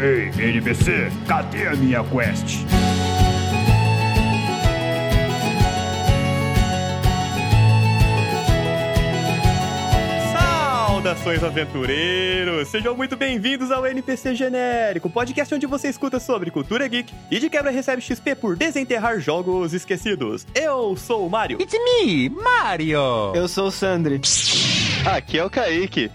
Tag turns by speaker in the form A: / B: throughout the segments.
A: Ei, NBC, cadê a minha quest?
B: Saudações, aventureiros! Sejam muito bem-vindos ao NPC Genérico, podcast onde você escuta sobre cultura geek e de quebra recebe XP por desenterrar jogos esquecidos. Eu sou o Mario.
C: It's me, Mario!
D: Eu sou o Sandri.
E: Aqui é o Kaique.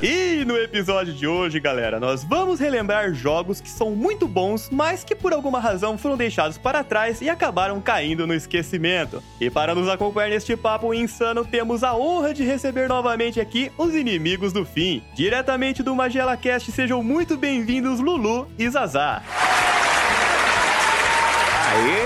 B: E no episódio de hoje, galera, nós vamos relembrar jogos que são muito bons, mas que por alguma razão foram deixados para trás e acabaram caindo no esquecimento. E para nos acompanhar neste papo insano, temos a honra de receber novamente aqui os inimigos do fim. Diretamente do Magela Cast, sejam muito bem-vindos Lulu e Zazá.
F: Aê!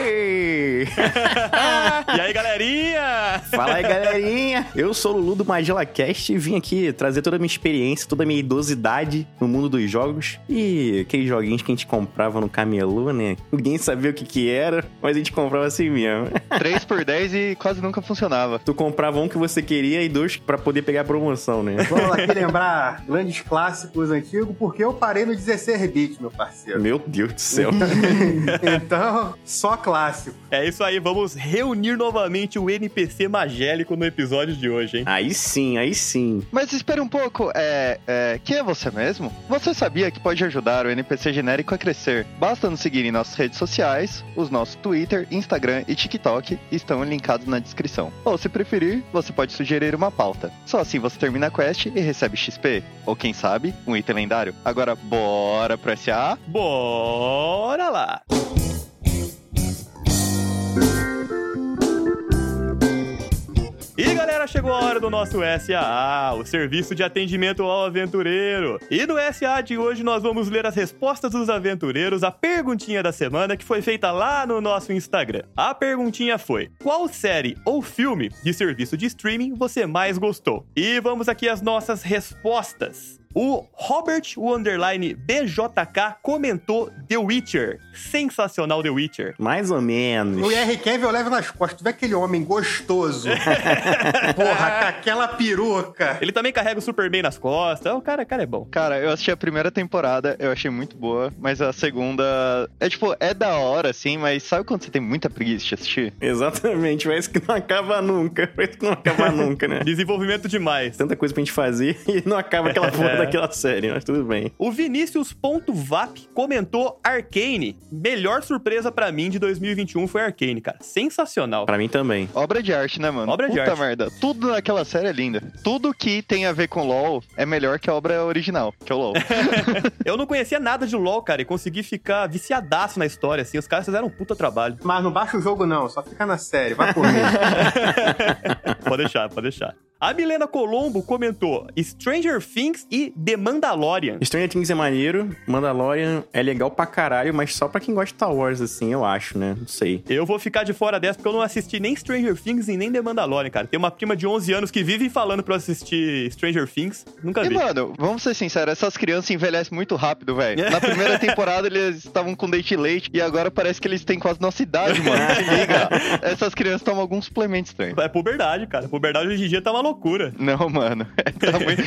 B: E aí, galerinha?
F: Fala aí, galerinha! Eu sou o Lulu do Magela Cast e vim aqui trazer toda a minha experiência, toda a minha idosidade no mundo dos jogos. E aqueles joguinhos que a gente comprava no camelô, né? Ninguém sabia o que que era, mas a gente comprava assim mesmo.
E: 3 por 10 e quase nunca funcionava.
F: Tu comprava um que você queria e dois pra poder pegar a promoção, né?
G: Vamos aqui lembrar grandes clássicos antigos, porque eu parei no 16-bit, meu parceiro.
F: Meu Deus do céu.
G: Então, só clássico.
B: É isso aí, vamos reunir novamente o NPC magélico no episódio de hoje, hein?
F: Aí sim, aí sim.
E: Mas espera um pouco, é, é. Quem é você mesmo? Você sabia que pode ajudar o NPC genérico a crescer? Basta nos seguir em nossas redes sociais, os nossos Twitter, Instagram e TikTok estão linkados na descrição. Ou se preferir, você pode sugerir uma pauta. Só assim você termina a quest e recebe XP. Ou quem sabe, um item lendário. Agora bora pro SA?
B: Bora lá! E galera, chegou a hora do nosso SAA, o serviço de atendimento ao aventureiro. E no SAA de hoje nós vamos ler as respostas dos aventureiros à perguntinha da semana que foi feita lá no nosso Instagram. A perguntinha foi: qual série ou filme de serviço de streaming você mais gostou? E vamos aqui às nossas respostas. O Robert o underline BJK comentou The Witcher. Sensacional The Witcher.
F: Mais ou menos.
G: O IR Kevin eu levo nas costas. Tu vê aquele homem gostoso. Porra, com aquela peruca.
B: Ele também carrega o Superman nas costas. O cara, o cara é bom.
E: Cara, eu assisti a primeira temporada, eu achei muito boa, mas a segunda. É tipo, é da hora, assim, mas sabe quando você tem muita preguiça de assistir?
F: Exatamente, parece que não acaba nunca. Parece que não acaba nunca, né?
B: Desenvolvimento demais.
F: Tanta coisa pra gente fazer e não acaba aquela porra daquela série, mas tudo bem.
B: O Vinicius.vap comentou Arcane. Melhor surpresa pra mim de 2021 foi Arcane, cara. Sensacional.
F: Pra mim também.
E: Obra de arte, né, mano?
B: Obra de
E: Puta
B: arte.
E: merda. Tudo naquela série é linda. Tudo que tem a ver com LOL é melhor que a obra original, que é o LOL.
B: Eu não conhecia nada de LoL, cara, e consegui ficar viciadaço na história, assim. Os caras fizeram um puta trabalho.
G: Mas não baixa o jogo, não. Só fica na série. Vai correr.
B: pode deixar, pode deixar. A Milena Colombo comentou Stranger Things e The Mandalorian.
F: Stranger Things é maneiro, Mandalorian é legal pra caralho, mas só pra quem gosta de Star Wars, assim, eu acho, né? Não sei.
B: Eu vou ficar de fora dessa porque eu não assisti nem Stranger Things e nem The Mandalorian, cara. Tem uma prima de 11 anos que vive falando pra eu assistir Stranger Things. Nunca
E: e,
B: vi.
E: mano, vamos ser sinceros, essas crianças envelhecem muito rápido, velho. Na primeira temporada eles estavam com dente e leite e agora parece que eles têm quase nossa idade, mano. Se liga. Essas crianças tomam algum suplemento estranho.
B: É puberdade, cara. Puberdade hoje em dia tá uma loucura.
E: Não, mano. É, tá muito-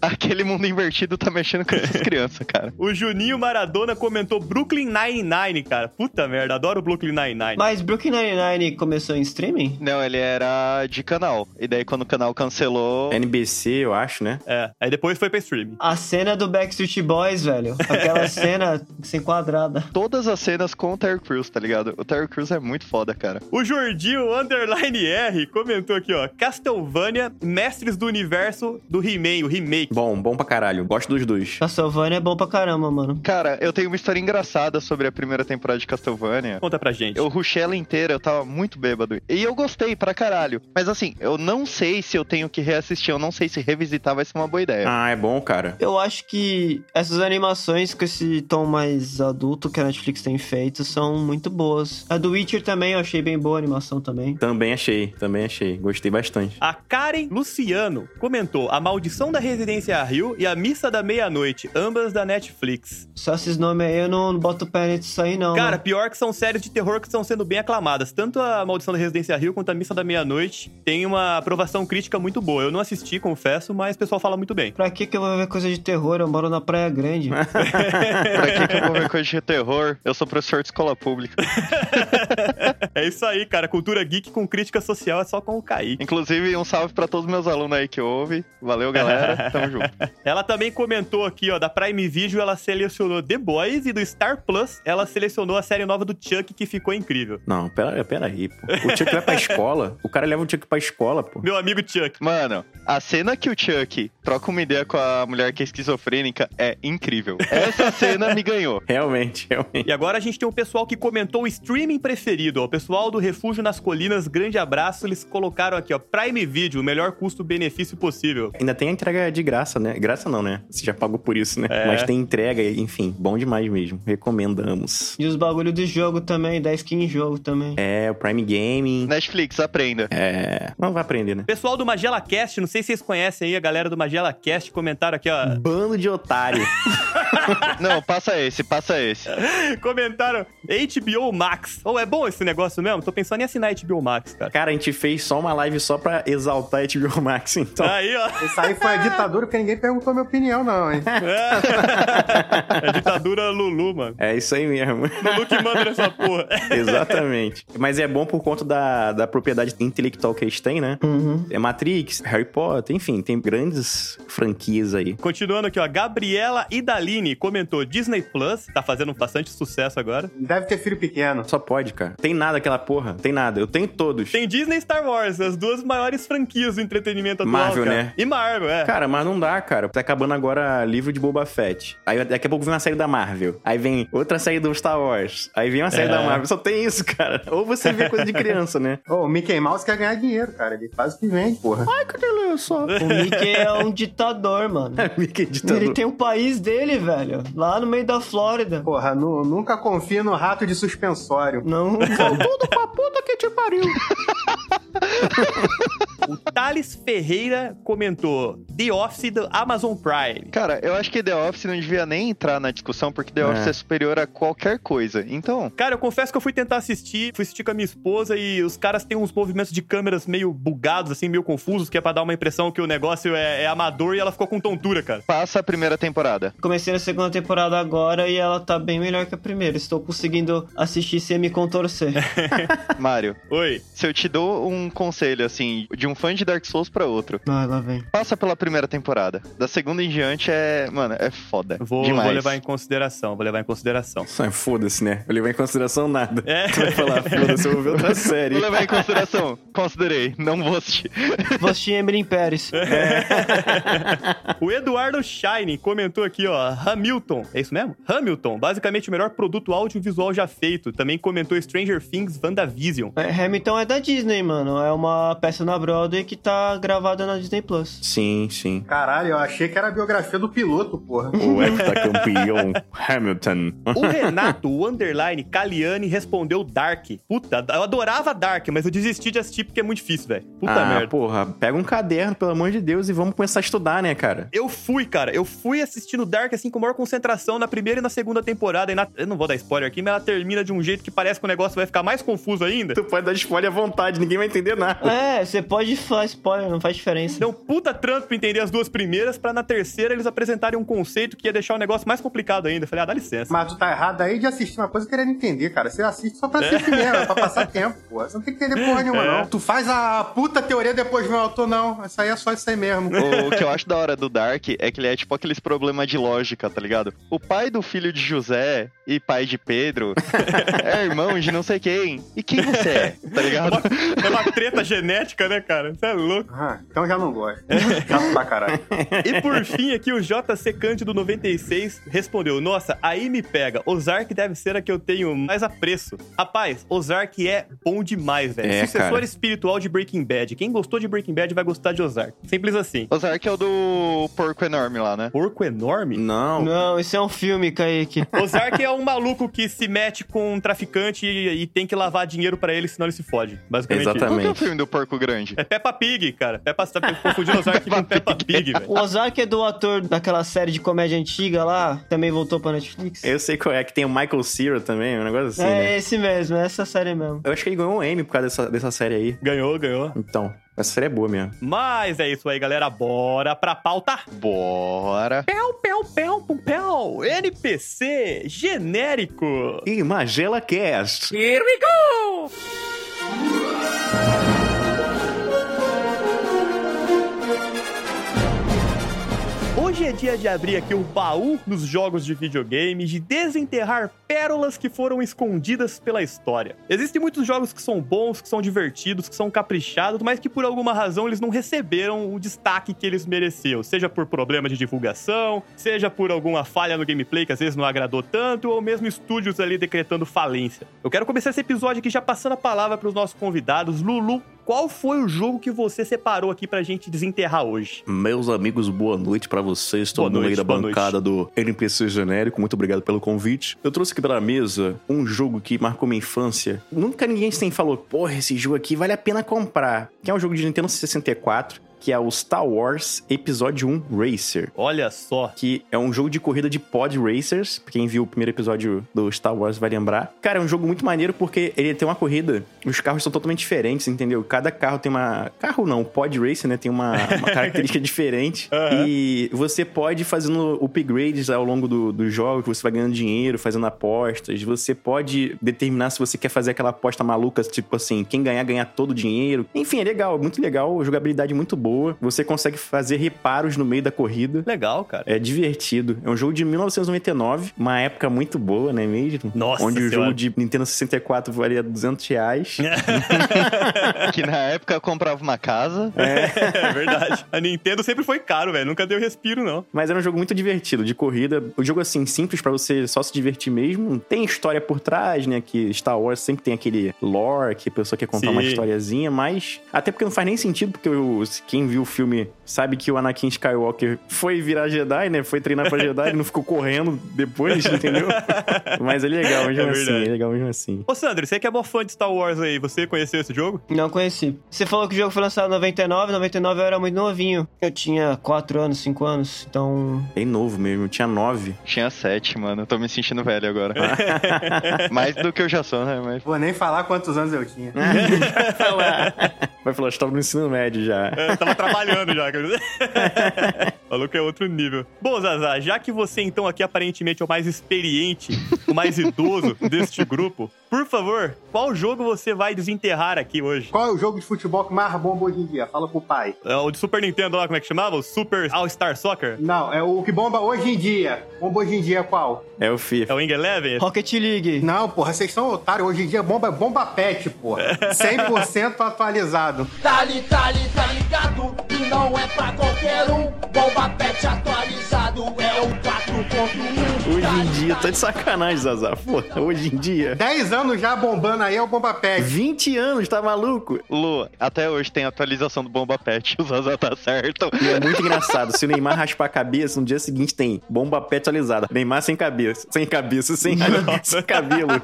E: Aquele mundo invertido tá mexendo com essas crianças, cara.
B: O Juninho Maradona comentou Brooklyn Nine-Nine, cara. Puta merda, adoro Brooklyn Nine-Nine.
D: Mas Brooklyn Nine-Nine começou em streaming?
E: Não, ele era de canal. E daí quando o canal cancelou.
F: NBC, eu acho, né?
B: É, aí depois foi pra streaming.
D: A cena do Backstreet Boys, velho. Aquela cena sem quadrada.
E: Todas as cenas com o Terry Crews, tá ligado? O Terry Crews é muito foda, cara.
B: O Jordinho Underline R comentou aqui, ó. Castlevania, Mestres do Universo do He-Man, o remake.
F: Bom, bom pra caralho. Gosto dos dois.
D: Castlevania é bom pra caramba, mano.
E: Cara, eu tenho uma história engraçada sobre a primeira temporada de Castlevania.
B: Conta pra gente.
E: Eu rushei ela inteira, eu tava muito bêbado. E eu gostei pra caralho. Mas assim, eu não sei se eu tenho que reassistir, eu não sei se revisitar vai ser uma boa ideia.
F: Ah, é bom, cara.
D: Eu acho que essas animações com esse tom mais adulto que a Netflix tem feito são muito boas. A do Witcher também eu achei bem boa a animação também.
F: Também achei, também achei. Gostei bastante.
B: A Karen Luciano comentou A Maldição da Residência Rio e A Missa da Meia-Noite, ambas da Netflix.
D: Só esses nomes aí eu não boto pé nisso aí, não. né?
B: Cara, pior que são séries de terror que estão sendo bem aclamadas. Tanto A Maldição da Residência Rio quanto A Missa da Meia-Noite tem uma aprovação crítica muito boa. Eu não assisti, confesso, mas o pessoal fala muito bem.
D: Pra que que eu vou ver coisa de terror? Eu moro na Praia Grande.
E: Pra que, que eu vou ver coisa de terror? Eu sou professor de escola pública.
B: É isso aí, cara. Cultura geek com crítica social é só com o Kaique.
E: Inclusive, um salve pra todos os meus alunos aí que ouvem. Valeu, galera. Tamo junto.
B: Ela também comentou aqui, ó, da Prime Video ela selecionou The Boys e do Star Plus ela selecionou a série nova do Chuck que ficou incrível.
F: Não, pera, pera aí, pô. O Chuck vai pra escola. O cara leva o Chuck pra escola, pô.
B: Meu amigo Chuck.
E: Mano, a cena que o Chuck troca uma ideia com a mulher que é esquizofrênica é incrível. Essa cena me ganhou.
F: Realmente, realmente.
B: E agora a gente tem o pessoal que comentou o streaming preferido, ó. O pessoal do Refúgio nas Colinas, grande abraço. Eles colocaram aqui, ó, Prime Video, o melhor custo-benefício possível.
F: Ainda tem a entrega de graça, né? Graça não, né? Você já pagou por isso, né? Mas tem entrega, enfim, bom demais mesmo. Recomendamos.
D: E os bagulho de jogo também, da skin em jogo também.
F: É, o Prime Gaming.
E: Netflix, aprenda.
F: É. Não vai aprender, né?
B: Pessoal do Magela Cast, não sei se vocês conhecem aí a galera do Magela Cast, comentaram aqui, ó.
F: Bando de otário.
E: Não, passa esse, passa esse.
B: comentaram HBO Max. Ou é bom esse negócio mesmo? Tô pensando em assinar HBO Max, cara.
F: Cara, a gente fez só uma live só pra exaltar a HBO Max, então.
B: Aí, ó.
G: Isso aí foi a ditadura porque ninguém perguntou minha opinião, não, hein?
B: É. É ditadura Lulu, mano.
F: É isso aí mesmo.
B: Lulu que manda nessa porra.
F: Exatamente. Mas é bom por conta da, da propriedade intelectual que eles têm, né? É Matrix, Harry Potter, enfim, tem grandes franquias aí.
B: Continuando aqui, ó. Gabriela Idaline comentou Disney Plus, tá fazendo bastante sucesso agora.
G: Deve ter filho pequeno.
F: Só pode, cara. Tem nada aquela porra. Tem nada. Eu tenho todos.
B: Tem Disney e Star Wars, as duas maiores franquias do entretenimento atual.
F: Marvel,
B: cara.
F: né?
B: E Marvel, é.
F: Cara, mas não dá, cara. Tá acabando agora livro de Boba Fett. Aí daqui a pouco vem uma série da Marvel. Aí vem outra série do Star Wars. Aí vem uma série da Marvel. Só tem isso, cara. Ou você vê coisa de criança, né?
G: Ô, o Mickey Mouse quer ganhar dinheiro, cara. Ele faz o que vende, porra.
F: Ai, cadê só?
D: O Mickey é um ditador, mano.
F: Mickey ditador.
D: Ele tem o país dele, velho. Lá no meio da Flórida.
G: Porra, nu- nunca confia no rato de suspensório.
D: Não.
F: Tudo pra puta que te pariu.
B: O Thales Ferreira comentou The Office do Amazon Prime.
E: Cara, eu acho que The Office não devia nem entrar na discussão, porque The Office é superior a qualquer coisa. Então,
B: Cara, eu confesso que eu fui tentar assistir, fui assistir com a minha esposa e os caras têm uns movimentos de câmeras meio bugados, assim, meio confusos, que é pra dar uma impressão que o negócio é, é amador e ela ficou com tontura, cara.
E: passa a primeira temporada.
D: Comecei a segunda temporada agora e ela tá bem melhor que a primeira. Estou conseguindo assistir sem me contorcer.
E: Mário,
B: Oi.
E: se eu te dou um conselho, assim, de um fã de Dark Souls pra outro,
D: Ah, lá vem.
E: passa pela primeira temporada. Da segunda em diante é. Mano, é foda.
B: Vou, vou
E: Demais.
B: levar em consideração, vou leção, vou levar em consideração.
F: Ah, Foda-se, né? Eu levei em consideração nada.
B: É.
F: Tu vai falar, foda-se, eu vou ver outra série.
E: Vou levar em consideração. Considerei. Não vou assistir.
D: Vou assistir Emily Pérez.
B: O Eduardo Shine comentou aqui, ó, Hamilton. É isso mesmo? Hamilton, basicamente o melhor produto audiovisual já feito. Também comentou Stranger Things WandaVision.
D: É, Hamilton é da Disney, mano. É uma peça na Broadway que tá gravada na Disney Plus.
F: Sim, sim.
G: Caralho, eu achei que era a biografia do piloto, porra.
F: O heptacampeão Hamilton.
B: O Renato, o underline Caliani, respondeu Dark. Puta, eu adorava Dark, mas eu desisti de assistir porque é muito difícil, velho. Puta
F: ah,
B: merda.
F: porra, pega um caderno, pelo amor de Deus, e vamos começar a estudar, né, cara?
B: Eu fui, cara. Eu fui assistindo Dark assim com maior concentração na primeira e na segunda temporada. E na... Eu não vou dar spoiler aqui, mas ela termina de um jeito que parece que o negócio vai ficar mais confuso ainda.
F: Tu pode dar spoiler à vontade, ninguém vai entender nada.
D: É, você pode falar spoiler, não faz diferença.
B: Deu um puta trampo pra entender as duas primeiras, pra na terceira eles apresentarem um conceito que ia deixar o negócio mais complicado ainda. Eu falei, ah, dá licença.
G: Mas tu tá errado aí de assistir uma coisa querendo entender, cara. Você assiste só pra assistir mesmo, é pra passar tempo, porra. Você não tem que entender porra nenhuma, não. Tu faz a puta teoria depois vem o autor, não. Isso aí é só isso aí mesmo.
E: O que eu acho da hora do Dark é que ele é tipo aqueles problemas de lógica, tá ligado? O pai do filho de José e pai de Pedro é irmão de não sei quem. E quem você é, tá ligado?
B: É uma treta genética, né, cara? Você é louco.
G: Ah, então já não gosto. Chato pra caralho.
B: E por fim, aqui o JC Cândido 96 respondeu: Nossa, aí me pega. Ozark deve ser a que eu tenho mais apreço. Rapaz, Ozark é bom demais, velho.
F: É,
B: Sucessor
F: cara.
B: espiritual de Breaking Bad. Quem gostou de Breaking Bad vai gostar de Ozark. Simples assim.
E: Ozark é o do porco enorme lá, né?
B: Porco enorme?
F: Não.
D: Não, isso é um filme, Kaique.
B: Ozark é um maluco que se mete com um traficante e, e tem que lavar dinheiro pra ele, senão ele se fode. Basicamente. isso.
E: Qual que é o
F: Exatamente.
E: filme do porco grande?
B: É Peppa Pig, cara. Peppa, você tá confundindo Ozark com Peppa Pig, velho.
D: O Ozark é do ator daquela série de comédia antiga lá, também voltou pra Netflix.
F: Eu sei qual é, que tem o Michael Cera também, um negócio assim,
D: é
F: né?
D: esse mesmo, é essa série mesmo.
F: Eu acho que ele ganhou um M por causa dessa, dessa série aí.
B: Ganhou, ganhou.
F: Então, essa série é boa mesmo.
B: Mas é isso aí, galera. Bora pra pauta.
E: Bora.
B: Pel, pel, pel, pum, pel. NPC genérico.
F: E Magela Cast.
H: Here we go!
B: Hoje é dia de abrir aqui o baú dos jogos de videogame e de desenterrar pérolas que foram escondidas pela história. Existem muitos jogos que são bons, que são divertidos, que são caprichados, mas que por alguma razão eles não receberam o destaque que eles mereciam, seja por problema de divulgação, seja por alguma falha no gameplay que às vezes não agradou tanto, ou mesmo estúdios ali decretando falência. Eu quero começar esse episódio aqui já passando a palavra para os nossos convidados. Lulu, qual foi o jogo que você separou aqui pra gente desenterrar hoje?
F: Meus amigos, boa noite pra vocês. Estou
B: Boa
F: no
B: noite,
F: meio da
B: boa noite.
F: bancada do NPC Genérico. Muito obrigado pelo convite. Eu trouxe aqui pra mesa um jogo que marcou minha infância. Nunca ninguém tem falou, porra, esse jogo aqui vale a pena comprar. Que é um jogo de Nintendo 64, que é o Star Wars Episódio 1 Racer.
B: Olha só.
F: que é um jogo de corrida de pod racers. Pra Quem viu o primeiro episódio do Star Wars vai lembrar. Cara, é um jogo muito maneiro porque ele tem uma corrida. Os carros são totalmente diferentes, entendeu? Cada carro tem uma. Carro não, pod racer, né? Tem uma, uma característica diferente.
B: Aham.
F: E você pode ir fazendo upgrades ao longo do, do jogo, que você vai ganhando dinheiro, fazendo apostas. Você pode determinar se você quer fazer aquela aposta maluca, tipo assim, quem ganhar, ganhar todo o dinheiro. Enfim, é legal, muito legal. Jogabilidade muito boa. Você consegue fazer reparos no meio da corrida.
B: Legal, cara.
F: É divertido. É um jogo de 1999, uma época muito boa, né mesmo?
B: Nossa
F: Onde o
B: Senhora.
F: jogo de Nintendo 64 valia 200 reais.
E: Que na época eu comprava uma casa.
B: É verdade. A Nintendo sempre foi caro, velho. Nunca deu respiro, não.
F: Mas era um jogo muito divertido, de corrida. O jogo, assim, simples pra você só se divertir mesmo. Não Tem história por trás, né? Que Star Wars sempre tem aquele lore, que a pessoa quer contar
B: Sim.
F: uma historiazinha, mas... Até porque não faz nem sentido, porque o- quem viu o filme sabe que o Anakin Skywalker foi virar Jedi, né? Foi treinar pra Jedi, ele não ficou correndo depois, entendeu? mas é legal mesmo
B: É
F: assim,
B: verdade.
F: é legal mesmo assim.
B: Ô, Sandro, você que é mó fã de Star Wars aí, você conheceu esse jogo?
D: Não conheci. Você falou que o jogo foi lançado em 99, 99 eu era muito novinho. Eu tinha 4 anos, 5 anos, então
F: Bem novo mesmo, eu tinha nove.
E: Tinha sete, mano. Eu tô me sentindo velho agora. Mais do que eu já sou, né? Mas...
G: Vou nem falar quantos anos eu tinha.
F: Vai falar, eu estava no ensino médio já.
B: É, tava trabalhando já. quer dizer. Falou que é outro nível. Bom, Zaza, já que você então aqui aparentemente é o mais experiente, o mais idoso deste grupo, por favor, qual jogo você vai desenterrar aqui hoje?
G: Qual é o jogo de futebol que mais bomba hoje em dia? Fala pro pai.
B: É o de Super Nintendo lá, como é que chamava? O Super All Star Soccer?
G: Não, é o que bomba hoje em dia. Bomba hoje em dia é qual?
F: É o FIFA.
B: É o Wing Eleven?
D: Rocket League.
G: Não, porra, vocês são otários. Hoje em dia bomba é bomba pet, porra. 100% atualizado.
H: Dali, dali, tá ligado? E não é pra qualquer um. Bomba pet atualizado é o 4 contra 1.
F: Hoje em dia, tá de sacanagem, Zaza. Pô, hoje em dia.
G: 10 anos já bombando aí é o bomba pet.
F: 20 anos, tá maluco?
E: Lu, até hoje tem atualização do Bomba Pet. O Zaza tá certo.
F: E é muito engraçado. Se o Neymar raspar a cabeça, no dia seguinte tem bomba pet atualizada. Neymar sem cabeça. Sem cabeça, sem, sem cabelo.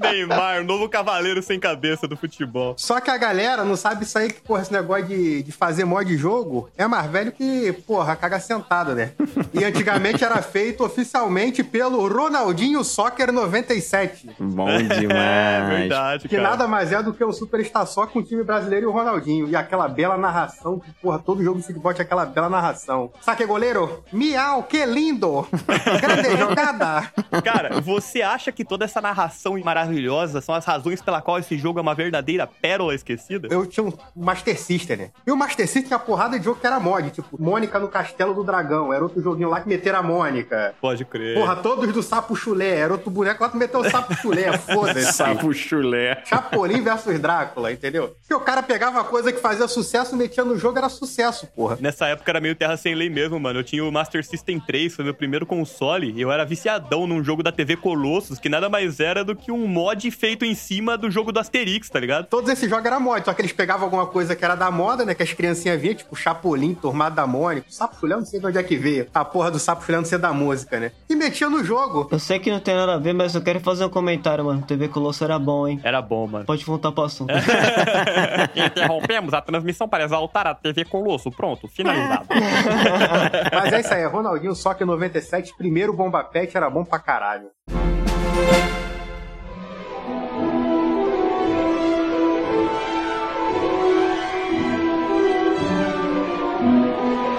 B: Neymar, o novo cavaleiro sem cabeça do futebol.
G: Só que a galera não sabe isso aí que, porra, esse negócio de, de fazer mod de jogo é mais velho que, porra, caga sentado, né? E antigamente era feito oficialmente pelo Ronaldinho Soccer 97.
F: Bom
B: É
F: demais.
B: verdade,
G: Que
B: cara.
G: nada mais é do que o Superstar só com o time brasileiro e o Ronaldinho. E aquela bela narração, que, porra, todo jogo de futebol tinha aquela bela narração. Saque é goleiro? Miau, que lindo! Grande jogada!
B: Cara, você acha que toda essa narração maravilhosa são as razões pela qual esse jogo é uma verdadeira pérola esquecida?
G: Eu tinha um Master System, né? E o Master System tinha porrada de jogo que era mod, tipo Mônica no Castelo do Dragão, era outro joguinho lá que meteram a Mônica.
B: Pode crer.
G: Porra, todos do Sapo Chulé, era outro boneco lá que meteu o Sapo Chulé, foda-se.
F: Sapo chulé.
G: Chapolin versus Drácula, entendeu? Porque o cara pegava a coisa que fazia sucesso, metia no jogo, era sucesso, porra.
B: Nessa época era meio terra sem lei mesmo, mano. Eu tinha o Master System 3, foi meu primeiro console, e eu era viciadão num jogo da TV Colossus, que nada mais era do que um mod feito em cima do jogo do Asterix, tá ligado?
G: Todos esses jogos eram mod, só que eles pegavam alguma coisa que era da moda, né? Que as criancinhas vinham, tipo Chapolin, Turmado da Mônica, Sapo Chulé, eu não sei de onde é que veio. A porra do Sapo Chulé, eu não sei da música, né? E metia no jogo.
D: Eu sei que não tem nada a ver, mas eu quero fazer um comentário, mano. TV Colosso era bom, hein?
B: Era bom, mano.
D: Pode voltar pro assunto.
B: É. Interrompemos a transmissão para exaltar a TV Colosso. Pronto, finalizado.
G: Mas é isso aí, Ronaldinho Soccer 97, primeiro Bomba Pet, era bom pra caralho.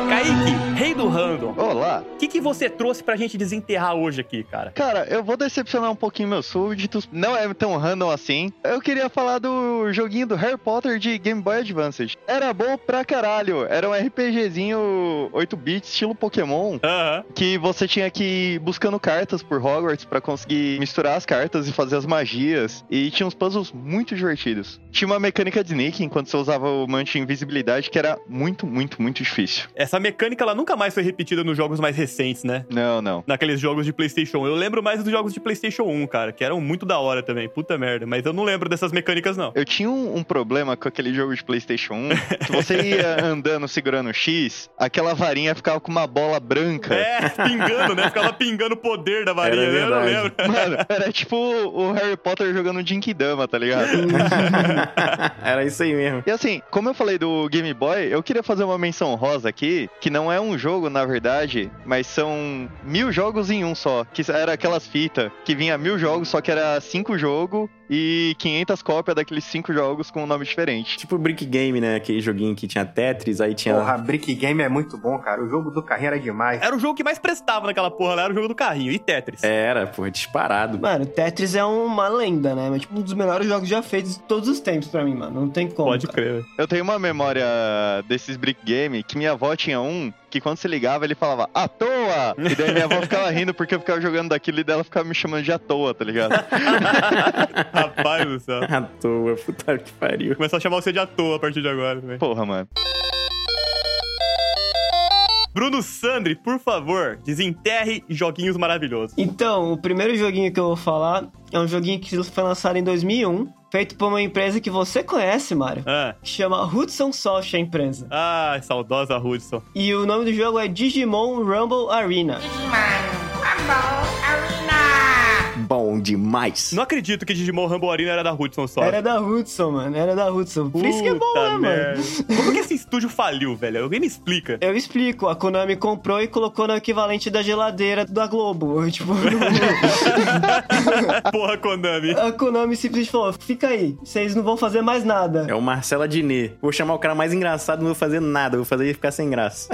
B: Kaique, rei do random,
E: Olá!
B: o que, que você trouxe pra gente desenterrar hoje aqui, cara?
E: Cara, eu vou decepcionar um pouquinho meus súbditos. Não é tão random assim. Eu queria falar do joguinho do Harry Potter de Game Boy Advance. Era bom pra caralho. Era um RPGzinho 8-bit, estilo Pokémon,
B: Aham.
E: que você tinha que ir buscando cartas por Hogwarts pra conseguir misturar as cartas e fazer as magias. E tinha uns puzzles muito divertidos. Tinha uma mecânica de sneak enquanto você usava o manto de invisibilidade que era muito, muito, muito difícil.
B: Essa mecânica ela nunca mais foi repetida nos jogos mais recentes, né?
E: Não, não.
B: Naqueles jogos de PlayStation. Eu lembro mais dos jogos de PlayStation 1, cara, que eram muito da hora também. Puta merda. Mas eu não lembro dessas mecânicas, não.
E: Eu tinha um, um problema com aquele jogo de PlayStation 1, que você ia andando segurando o X, aquela varinha ficava com uma bola branca.
B: É, pingando, né? Ficava pingando o poder da varinha,
F: Era
B: né? Eu não
F: verdade.
B: lembro.
E: Mano, era tipo o Harry Potter jogando Jinkidama, tá ligado?
F: Era isso aí mesmo.
E: E assim, como eu falei do Game Boy, eu queria fazer uma menção rosa aqui, que não é um jogo, na verdade, mas são mil jogos em um só. Que era aquelas fitas que vinha mil jogos, só que era cinco jogos e 500 cópias daqueles cinco jogos com um nome diferente.
F: Tipo Brick Game, né? Aquele joguinho que tinha Tetris, aí tinha.
G: Porra, Brick Game é muito bom, cara. O jogo do carrinho era demais.
B: Era o jogo que mais prestava naquela porra lá, era o jogo do carrinho. E Tetris.
F: É, Era, porra, disparado.
D: Mano, Tetris é uma lenda, né? Mas, tipo, um dos melhores jogos já feitos de todos os tempos pra mim, mano. Não tem como.
B: Pode
D: cara.
B: crer.
E: Eu tenho uma memória desses brick game que minha avó tinha um que quando você ligava ele falava à toa! E daí minha avó ficava rindo porque eu ficava jogando daquilo e dela ficava me chamando de à toa, tá ligado?
B: Rapaz do céu.
F: À toa, puta que pariu.
B: Começou a chamar você de à toa a partir de agora também.
E: Porra, mano.
B: Bruno Sandri, por favor, desenterre joguinhos maravilhosos.
D: Então, o primeiro joguinho que eu vou falar é um joguinho que foi lançado em 2001, feito por uma empresa que você conhece, Mário.
B: Ah,
D: Que chama Hudson Soft, a empresa.
B: ah saudosa Hudson.
D: E o nome do jogo é Digimon Rumble Arena.
F: Bom demais.
B: Não acredito que Digimon Rumble Arena era da Hudson só.
D: Era da Hudson, mano. Era da Hudson. Por isso que é bom,
B: Puta
D: né,
B: merda.
D: mano?
B: Como que esse estúdio faliu, velho? Alguém me explica.
D: Eu explico, a Konami comprou e colocou no equivalente da geladeira da Globo. Tipo, não-
B: Porra, Konami.
D: a Konami simplesmente falou: fica aí, vocês não vão fazer mais nada.
F: É o Marcelo Adnet. Vou chamar o cara mais engraçado, não vou fazer nada, vou fazer ele ficar sem graça.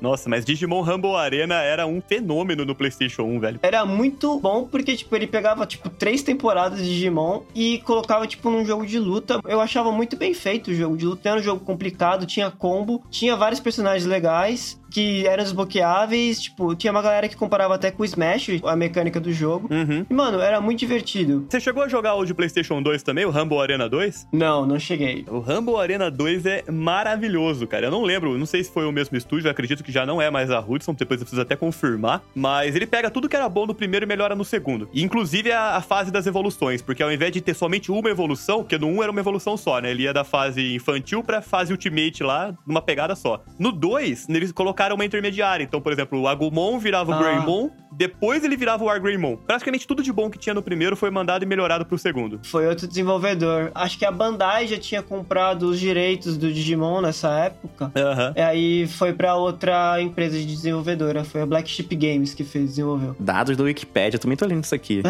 B: Nossa, mas Digimon Rumble Arena era um fenômeno no PlayStation 1, velho.
D: Era muito bom porque, tipo, ele pegava, tipo, três temporadas de Digimon e colocava, tipo, num jogo de luta. Eu achava muito bem feito o jogo de luta. Era um jogo complicado, tinha combo, tinha vários personagens legais que eram desbloqueáveis. Tipo, tinha uma galera que comparava até com o Smash, a mecânica do jogo.
B: Uhum.
D: E, mano, era muito divertido.
B: Você chegou a jogar o de PlayStation 2 também, o Rumble Arena 2?
D: Não, não cheguei.
B: O Rumble Arena 2 é maravilhoso, cara. Eu não lembro, não sei se foi o mesmo estúdio, eu acredito que já não é mais a Hudson, depois eu preciso até confirmar. Mas ele pega tudo que era bom no primeiro e melhora no segundo. E, inclusive a, a fase das evoluções, porque ao invés de ter somente uma evolução, porque no 1 era uma evolução só, né? Ele ia da fase infantil pra fase ultimate lá, numa pegada só. No 2, eles colocaram uma intermediária. Então, por exemplo, o Agumon virava o
D: Ah.
B: Greymon, depois ele virava o Argreymon. Praticamente tudo de bom que tinha no primeiro foi mandado e melhorado pro segundo.
D: Foi outro desenvolvedor. Acho que a Bandai já tinha comprado os direitos do Digimon nessa época.
B: Aham.
D: E aí foi pra outra empresa de desenvolvedora, foi a Black Sheep Games que fez, desenvolveu.
F: Dados do Wikipedia, eu também tô lendo isso aqui.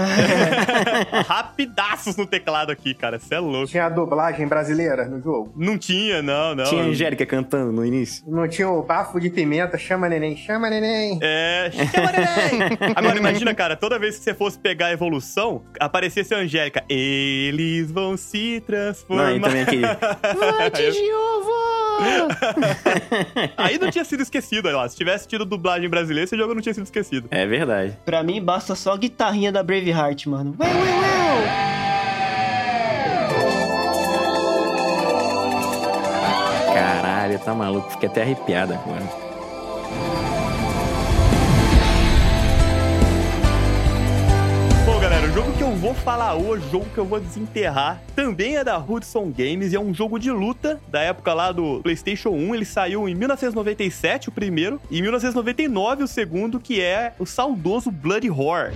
B: Rapidaços no teclado aqui, cara. Você é louco.
G: Tinha a dublagem brasileira no jogo.
B: Não tinha, não, não.
F: Tinha a Angélica cantando no início.
G: Não tinha o bafo de pimenta, chama neném, chama neném.
B: É. chama neném. Agora imagina, cara, toda vez que você fosse pegar a evolução, aparecesse a Angélica. Eles vão se transformar.
F: Não, e também aquele. Noite de ovo!
B: Aí não tinha sido esquecido, olha lá. Se tivesse tido dublagem brasileira, esse jogo não tinha sido esquecido.
F: É verdade.
D: Pra mim basta só a guitarrinha da Braveheart, mano. Ué, ué, ué.
F: Caralho, tá maluco. Fiquei até arrepiado agora.
B: Bom, galera, Cara, o jogo que eu vou falar hoje, o jogo que eu vou desenterrar, também é da Hudson Games e é um jogo de luta da época lá do PlayStation 1. Ele saiu em 1997, o primeiro, e em 1999, o segundo, que é o saudoso Bloody Roar.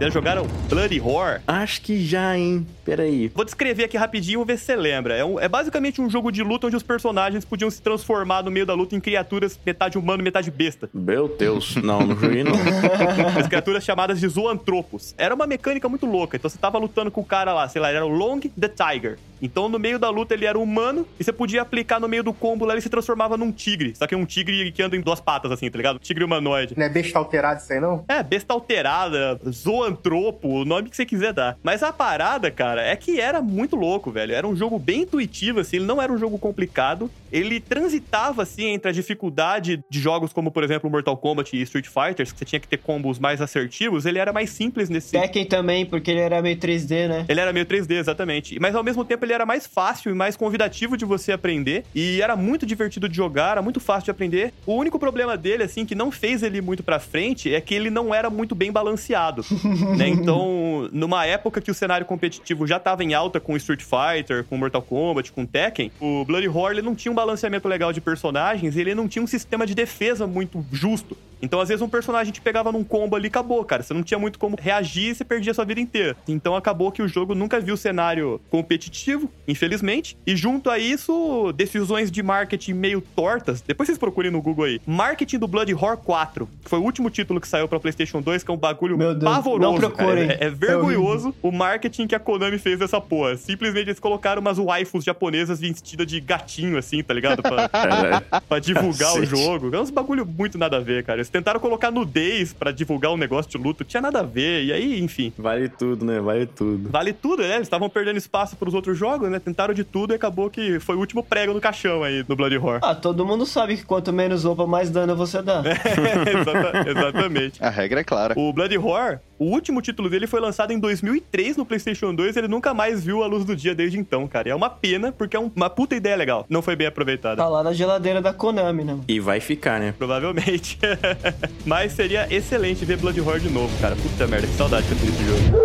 B: Já jogaram Bloody Roar?
F: Acho que já, hein? Peraí.
B: Vou descrever aqui rapidinho, vou ver se você lembra. É, um- é basicamente um jogo de luta onde os personagens podiam se transformar no meio da luta em criaturas metade humano, metade besta.
F: Meu Deus. Não, não joguei não.
B: As criaturas chamadas de zoantropos. Era uma mecânica muito louca. Então você tava lutando com o cara lá, sei lá, ele era o Long the Tiger. Então no meio da luta ele era humano e você podia aplicar no meio do combo lá, ele se transformava num tigre. Só que é um tigre que anda em duas patas assim, tá ligado? Tigre humanoide.
G: Não é besta alterado isso aí, não?
B: É, besta alterada, zoantropo, o nome que você quiser dar. Mas a parada, cara, é que era muito louco, velho. Era um jogo bem intuitivo, assim, ele não era um jogo complicado. Ele transitava, assim, entre a dificuldade de jogos como, por exemplo, Mortal Kombat e Street Fighters, que você tinha que ter combos mais assertivos, ele era mais simples nesse
D: Tekken também, porque ele era meio 3D, né?
B: ele era meio 3D, exatamente. Mas ao mesmo tempo ele era mais fácil e mais convidativo de você aprender. E era muito divertido de jogar, era muito fácil de aprender. O único problema dele, assim, que não fez ele muito pra frente, é que ele não era muito bem balanceado. né? Então, numa época que o cenário competitivo já tava em alta com Street Fighter, com Mortal Kombat, com Tekken, o Bloody Roar ele não tinha um balanceamento legal de personagens e ele não tinha um sistema de defesa muito justo. Então, às vezes, um personagem te pegava num combo ali e acabou, cara. Você não tinha muito como reagir e você perdia sua vida inteira. Então, acabou que o jogo nunca viu cenário competitivo, infelizmente. E junto a isso, decisões de marketing meio tortas. Depois vocês procurem no Google aí. Marketing do Blood Horror 4. Foi o último título que saiu pra PlayStation 2, que é um bagulho
D: Meu Deus,
B: pavoroso.
D: não procurem.
B: cara. É, é vergonhoso o marketing que a Konami fez dessa porra. Simplesmente eles colocaram umas waifus japonesas vestidas de gatinho, assim, tá ligado? Pra-
F: Caralho.
B: Pra divulgar o
F: Cacete.
B: jogo. É uns bagulho muito nada a ver, cara. Eles tentaram colocar nudez pra divulgar um negócio de luto. Tinha nada a ver. E aí, enfim.
F: Vale tudo, né? Vale tudo.
B: Vale tudo, né? Eles estavam perdendo espaço pros outros jogos, né? Tentaram de tudo e acabou que foi o último prego no caixão aí do Bloody Horror.
D: Ah, todo mundo sabe que quanto menos roupa, mais dano você dá.
B: Exata- exatamente.
E: A regra é clara.
B: O Bloody Horror, o último título dele foi lançado em 2003 no PlayStation 2 ele nunca mais viu a luz do dia desde então, cara. E é uma pena, porque é um- uma puta ideia legal. Não foi bem aproveitada.
D: Tá lá na geladeira da Konami, né? mano?
F: E vai ficar, né?
B: Provavelmente. Mas seria excelente ver Blood Horror de novo, cara. Puta merda, que saudade que eu tenho desse jogo.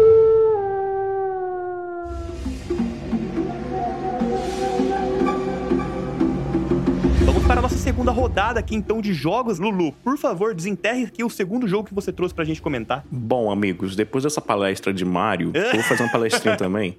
B: Vamos para a nossa segunda rodada aqui, então, de jogos. Lulu, por favor, desenterre aqui o segundo jogo que você trouxe pra gente comentar.
F: Bom, amigos, depois dessa palestra de Mario, eu vou fazer uma palestrinha também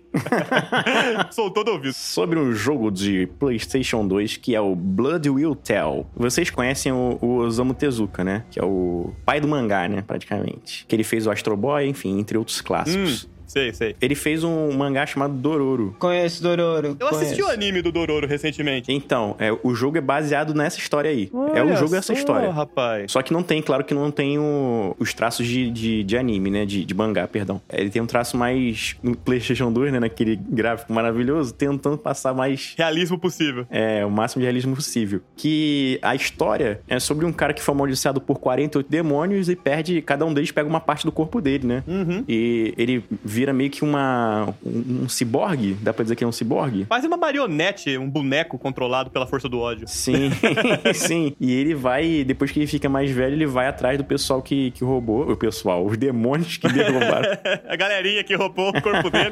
B: Soltou do ouvido.
F: sobre um jogo de PlayStation 2 que é o Blood Will Tell. Vocês conhecem o, o Osamu Tezuka, né? Que é o pai do mangá, né? Praticamente. Que ele fez o Astro Boy, enfim, entre outros clássicos.
B: Sei, sei.
F: Ele fez um mangá chamado Dororo.
D: Conheço Dororo.
B: Eu assisti o
D: conheço.
B: anime do Dororo recentemente.
F: Então, é, o jogo é baseado nessa história aí. é o jogo essa
B: só,
F: história.
B: rapaz.
F: Só que não tem, claro que não tem o- os traços de, de, de anime, né? De, de mangá, perdão. Ele tem um traço mais no PlayStation 2, né? Naquele gráfico maravilhoso, tentando passar mais.
B: Realismo possível.
F: é, o máximo de realismo possível. Que a história é sobre um cara que foi amaldiçoado por 48 demônios e perde. Cada um deles pega uma parte do corpo dele, né?
B: Uhum.
F: E ele vira meio que uma. Um, um ciborgue? Dá pra dizer que é um ciborgue?
B: Quase uma marionete, um boneco controlado pela força do ódio.
F: Sim, sim. E ele vai, depois que ele fica mais velho, ele vai atrás do pessoal que, que roubou. O pessoal, os demônios que derrubaram.
B: A galerinha que roubou o corpo dele.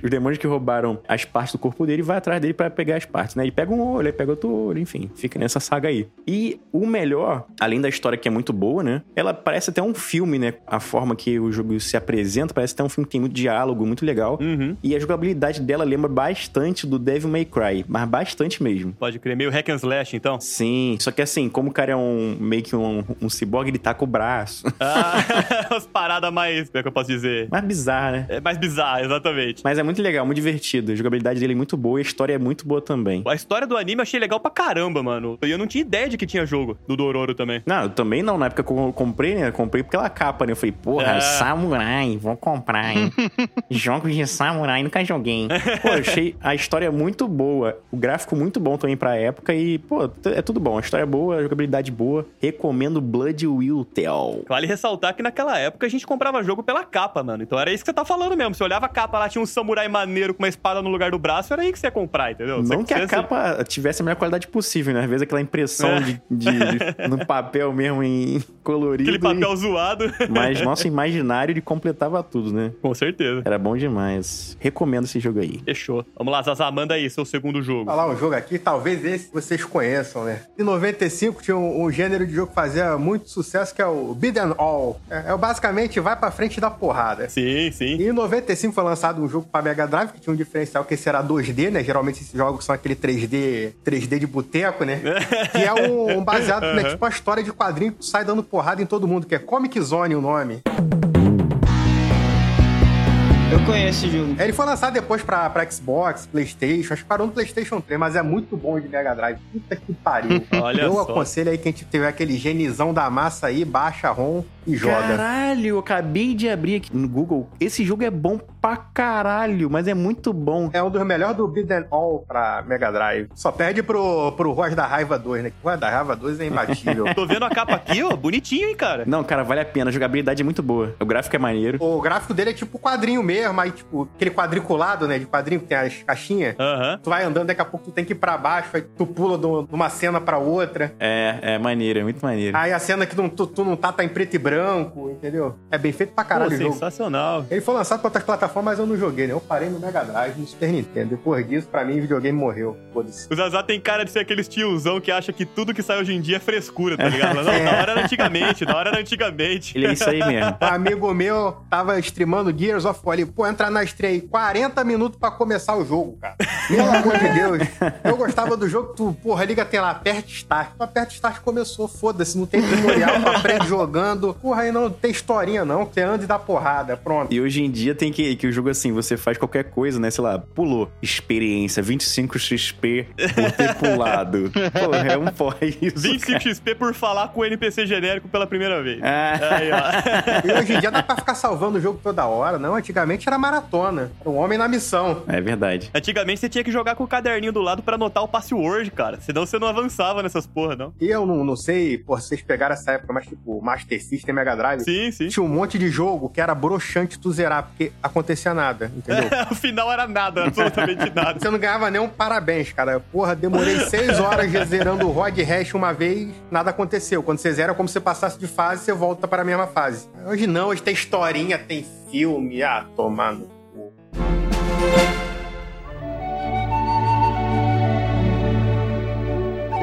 F: os demônios que roubaram as partes do corpo dele e vai atrás dele pra pegar as partes, né? Ele pega um olho, ele pega outro olho, enfim, fica nessa saga aí. E o melhor, além da história que é muito boa, né? Ela parece até um filme, né? A forma que o jogo se apresenta, parece até um filme que tem muito diálogo, muito legal.
B: Uhum.
F: E a jogabilidade dela lembra bastante do Devil May Cry, mas bastante mesmo.
B: Pode crer, meio hack and slash, então.
F: Sim, só que assim, como o cara é um meio que um, um ciborgue, ele tá com o braço.
B: Ah, as paradas mais. Como é que eu posso dizer?
F: Mas bizarro, né?
B: É mais bizarra, exatamente.
F: Mas é muito legal, muito divertido. A jogabilidade dele é muito boa e a história é muito boa também.
B: A história do anime eu achei legal pra caramba, mano. E eu não tinha ideia de que tinha jogo do Dororo também.
F: Não, eu também não. Na época que eu comprei, né? Eu comprei pela capa, né? Eu falei, porra,
B: É.
F: samurai, vou comprar. samurai. Jogos de samurai, nunca joguei. Pô, eu achei a história muito boa, o gráfico muito bom também pra época e, pô, t- é tudo bom. A história é boa, a jogabilidade boa. Recomendo Blood Will Tell.
B: Vale ressaltar que naquela época a gente comprava jogo pela capa, mano. Então era isso que você tá falando mesmo. Você olhava a capa lá, tinha um samurai maneiro com uma espada no lugar do braço, era aí que você ia comprar, entendeu?
F: Não
B: Você-
F: que a
B: você-
F: capa tivesse a melhor qualidade possível, né? Às vezes aquela impressão
B: É.
F: de, de- no papel mesmo em colorido.
B: Aquele papel zoado.
F: e- Mas nosso imaginário ele completava tudo, né?
B: Com certeza.
F: Era bom demais. Recomendo esse jogo aí.
B: Fechou. Vamos lá, Zaza, manda aí seu segundo jogo.
G: falar um jogo aqui, talvez esse vocês conheçam, né? Em 95 tinha um, um gênero de jogo que fazia muito sucesso, que é o Beat 'em All. É, é o basicamente vai pra frente da porrada.
B: Sim, sim.
G: E em 95 foi lançado um jogo pra Mega Drive, que tinha um diferencial que esse era 2D, né? Geralmente esses jogos são aquele 3D, 3D de boteco, né? que é um, um baseado, né? Tipo uma história de quadrinho que tu sai dando porrada em todo mundo, que é Comic Zone o nome.
D: Eu conheço esse jogo.
G: Ele foi lançado depois pra, pra Xbox, Playstation, acho que parou no Playstation 3, mas é muito bom de Mega Drive. Puta que pariu.
B: Olha
G: Eu
B: só.
G: aconselho aí quem tiver aquele genizão da massa aí, baixa ROM e joga.
F: Caralho, eu acabei de abrir aqui no Google. Esse jogo é bom pra caralho, mas é muito bom.
G: É um dos melhores do Biden All pra Mega Drive. Só perde pro, pro Ruas da Raiva 2, né? Que Ruas da Raiva 2 é imbatível.
B: Tô vendo a capa aqui, ó. Bonitinho, hein, cara.
F: Não, cara, vale a pena. A jogabilidade é muito boa. O gráfico é maneiro.
G: o gráfico dele é tipo quadrinho mesmo, aí tipo, aquele quadriculado, né? De quadrinho que tem as caixinhas.
B: Aham.
G: Tu vai andando, daqui a pouco tu tem que ir pra baixo, aí tu pula de um- de uma cena pra outra.
F: É, é maneiro, é muito maneiro.
G: Aí a cena que tu, tu- tu não tá, tá em preto e branco, entendeu? É bem feito pra caralho
B: Pô,
G: o jogo.
B: sensacional.
G: Ele foi lançado pra outras plataformas, mas eu não joguei, né? Eu parei no Mega Drive, no Super Nintendo. Depois disso, pra mim, o videogame morreu. Foda-se.
B: O Zazá tem cara de ser aqueles tiozão que acha que tudo que sai hoje em dia é frescura, tá ligado? Não, da hora era antigamente, da hora era antigamente.
F: É. Ele é isso aí mesmo.
G: Um amigo meu tava streamando Gears of War. Ele, pô, entrar na estreia aí, 40 minutos pra começar o jogo, cara. Pelo amor de Deus. Eu gostava do jogo, tu, porra, liga, tem lá, aperta start. Tu aperta start, começou, foda-se, não tem tutorial, tu aprende jogando. Porra, aí não tem historinha não, você anda e dá porrada, pronto.
F: E hoje em dia tem que, que o jogo assim, você faz qualquer coisa, né? Sei lá, pulou. Experiência, 25 XP por ter pulado. Pô, é um porra isso.
B: 25 XP por falar com o NPC genérico pela primeira vez.
F: Ah.
B: Aí, ó.
G: E hoje em dia dá pra ficar salvando o jogo toda hora, não? Antigamente era maratona. Era um homem na missão.
F: É verdade.
B: Antigamente você tinha que jogar com o caderninho do lado pra anotar o password, cara. Senão você não avançava nessas porra, não.
G: E eu não, não sei, pô, se vocês pegaram essa época, mas tipo, Master System, Mega Drive.
B: Sim, sim.
G: Tinha um monte de jogo que era broxante tu zerar, porque acontecia nada, entendeu?
B: o final era nada, absolutamente nada.
G: Você não ganhava nem um parabéns, cara. Porra, demorei seis horas de- zerando o Rod Hash uma vez, nada aconteceu. Quando você zera, é como se você passasse de fase, você volta para a mesma fase. Hoje não, hoje tem historinha, tem filme. Ah, tomando.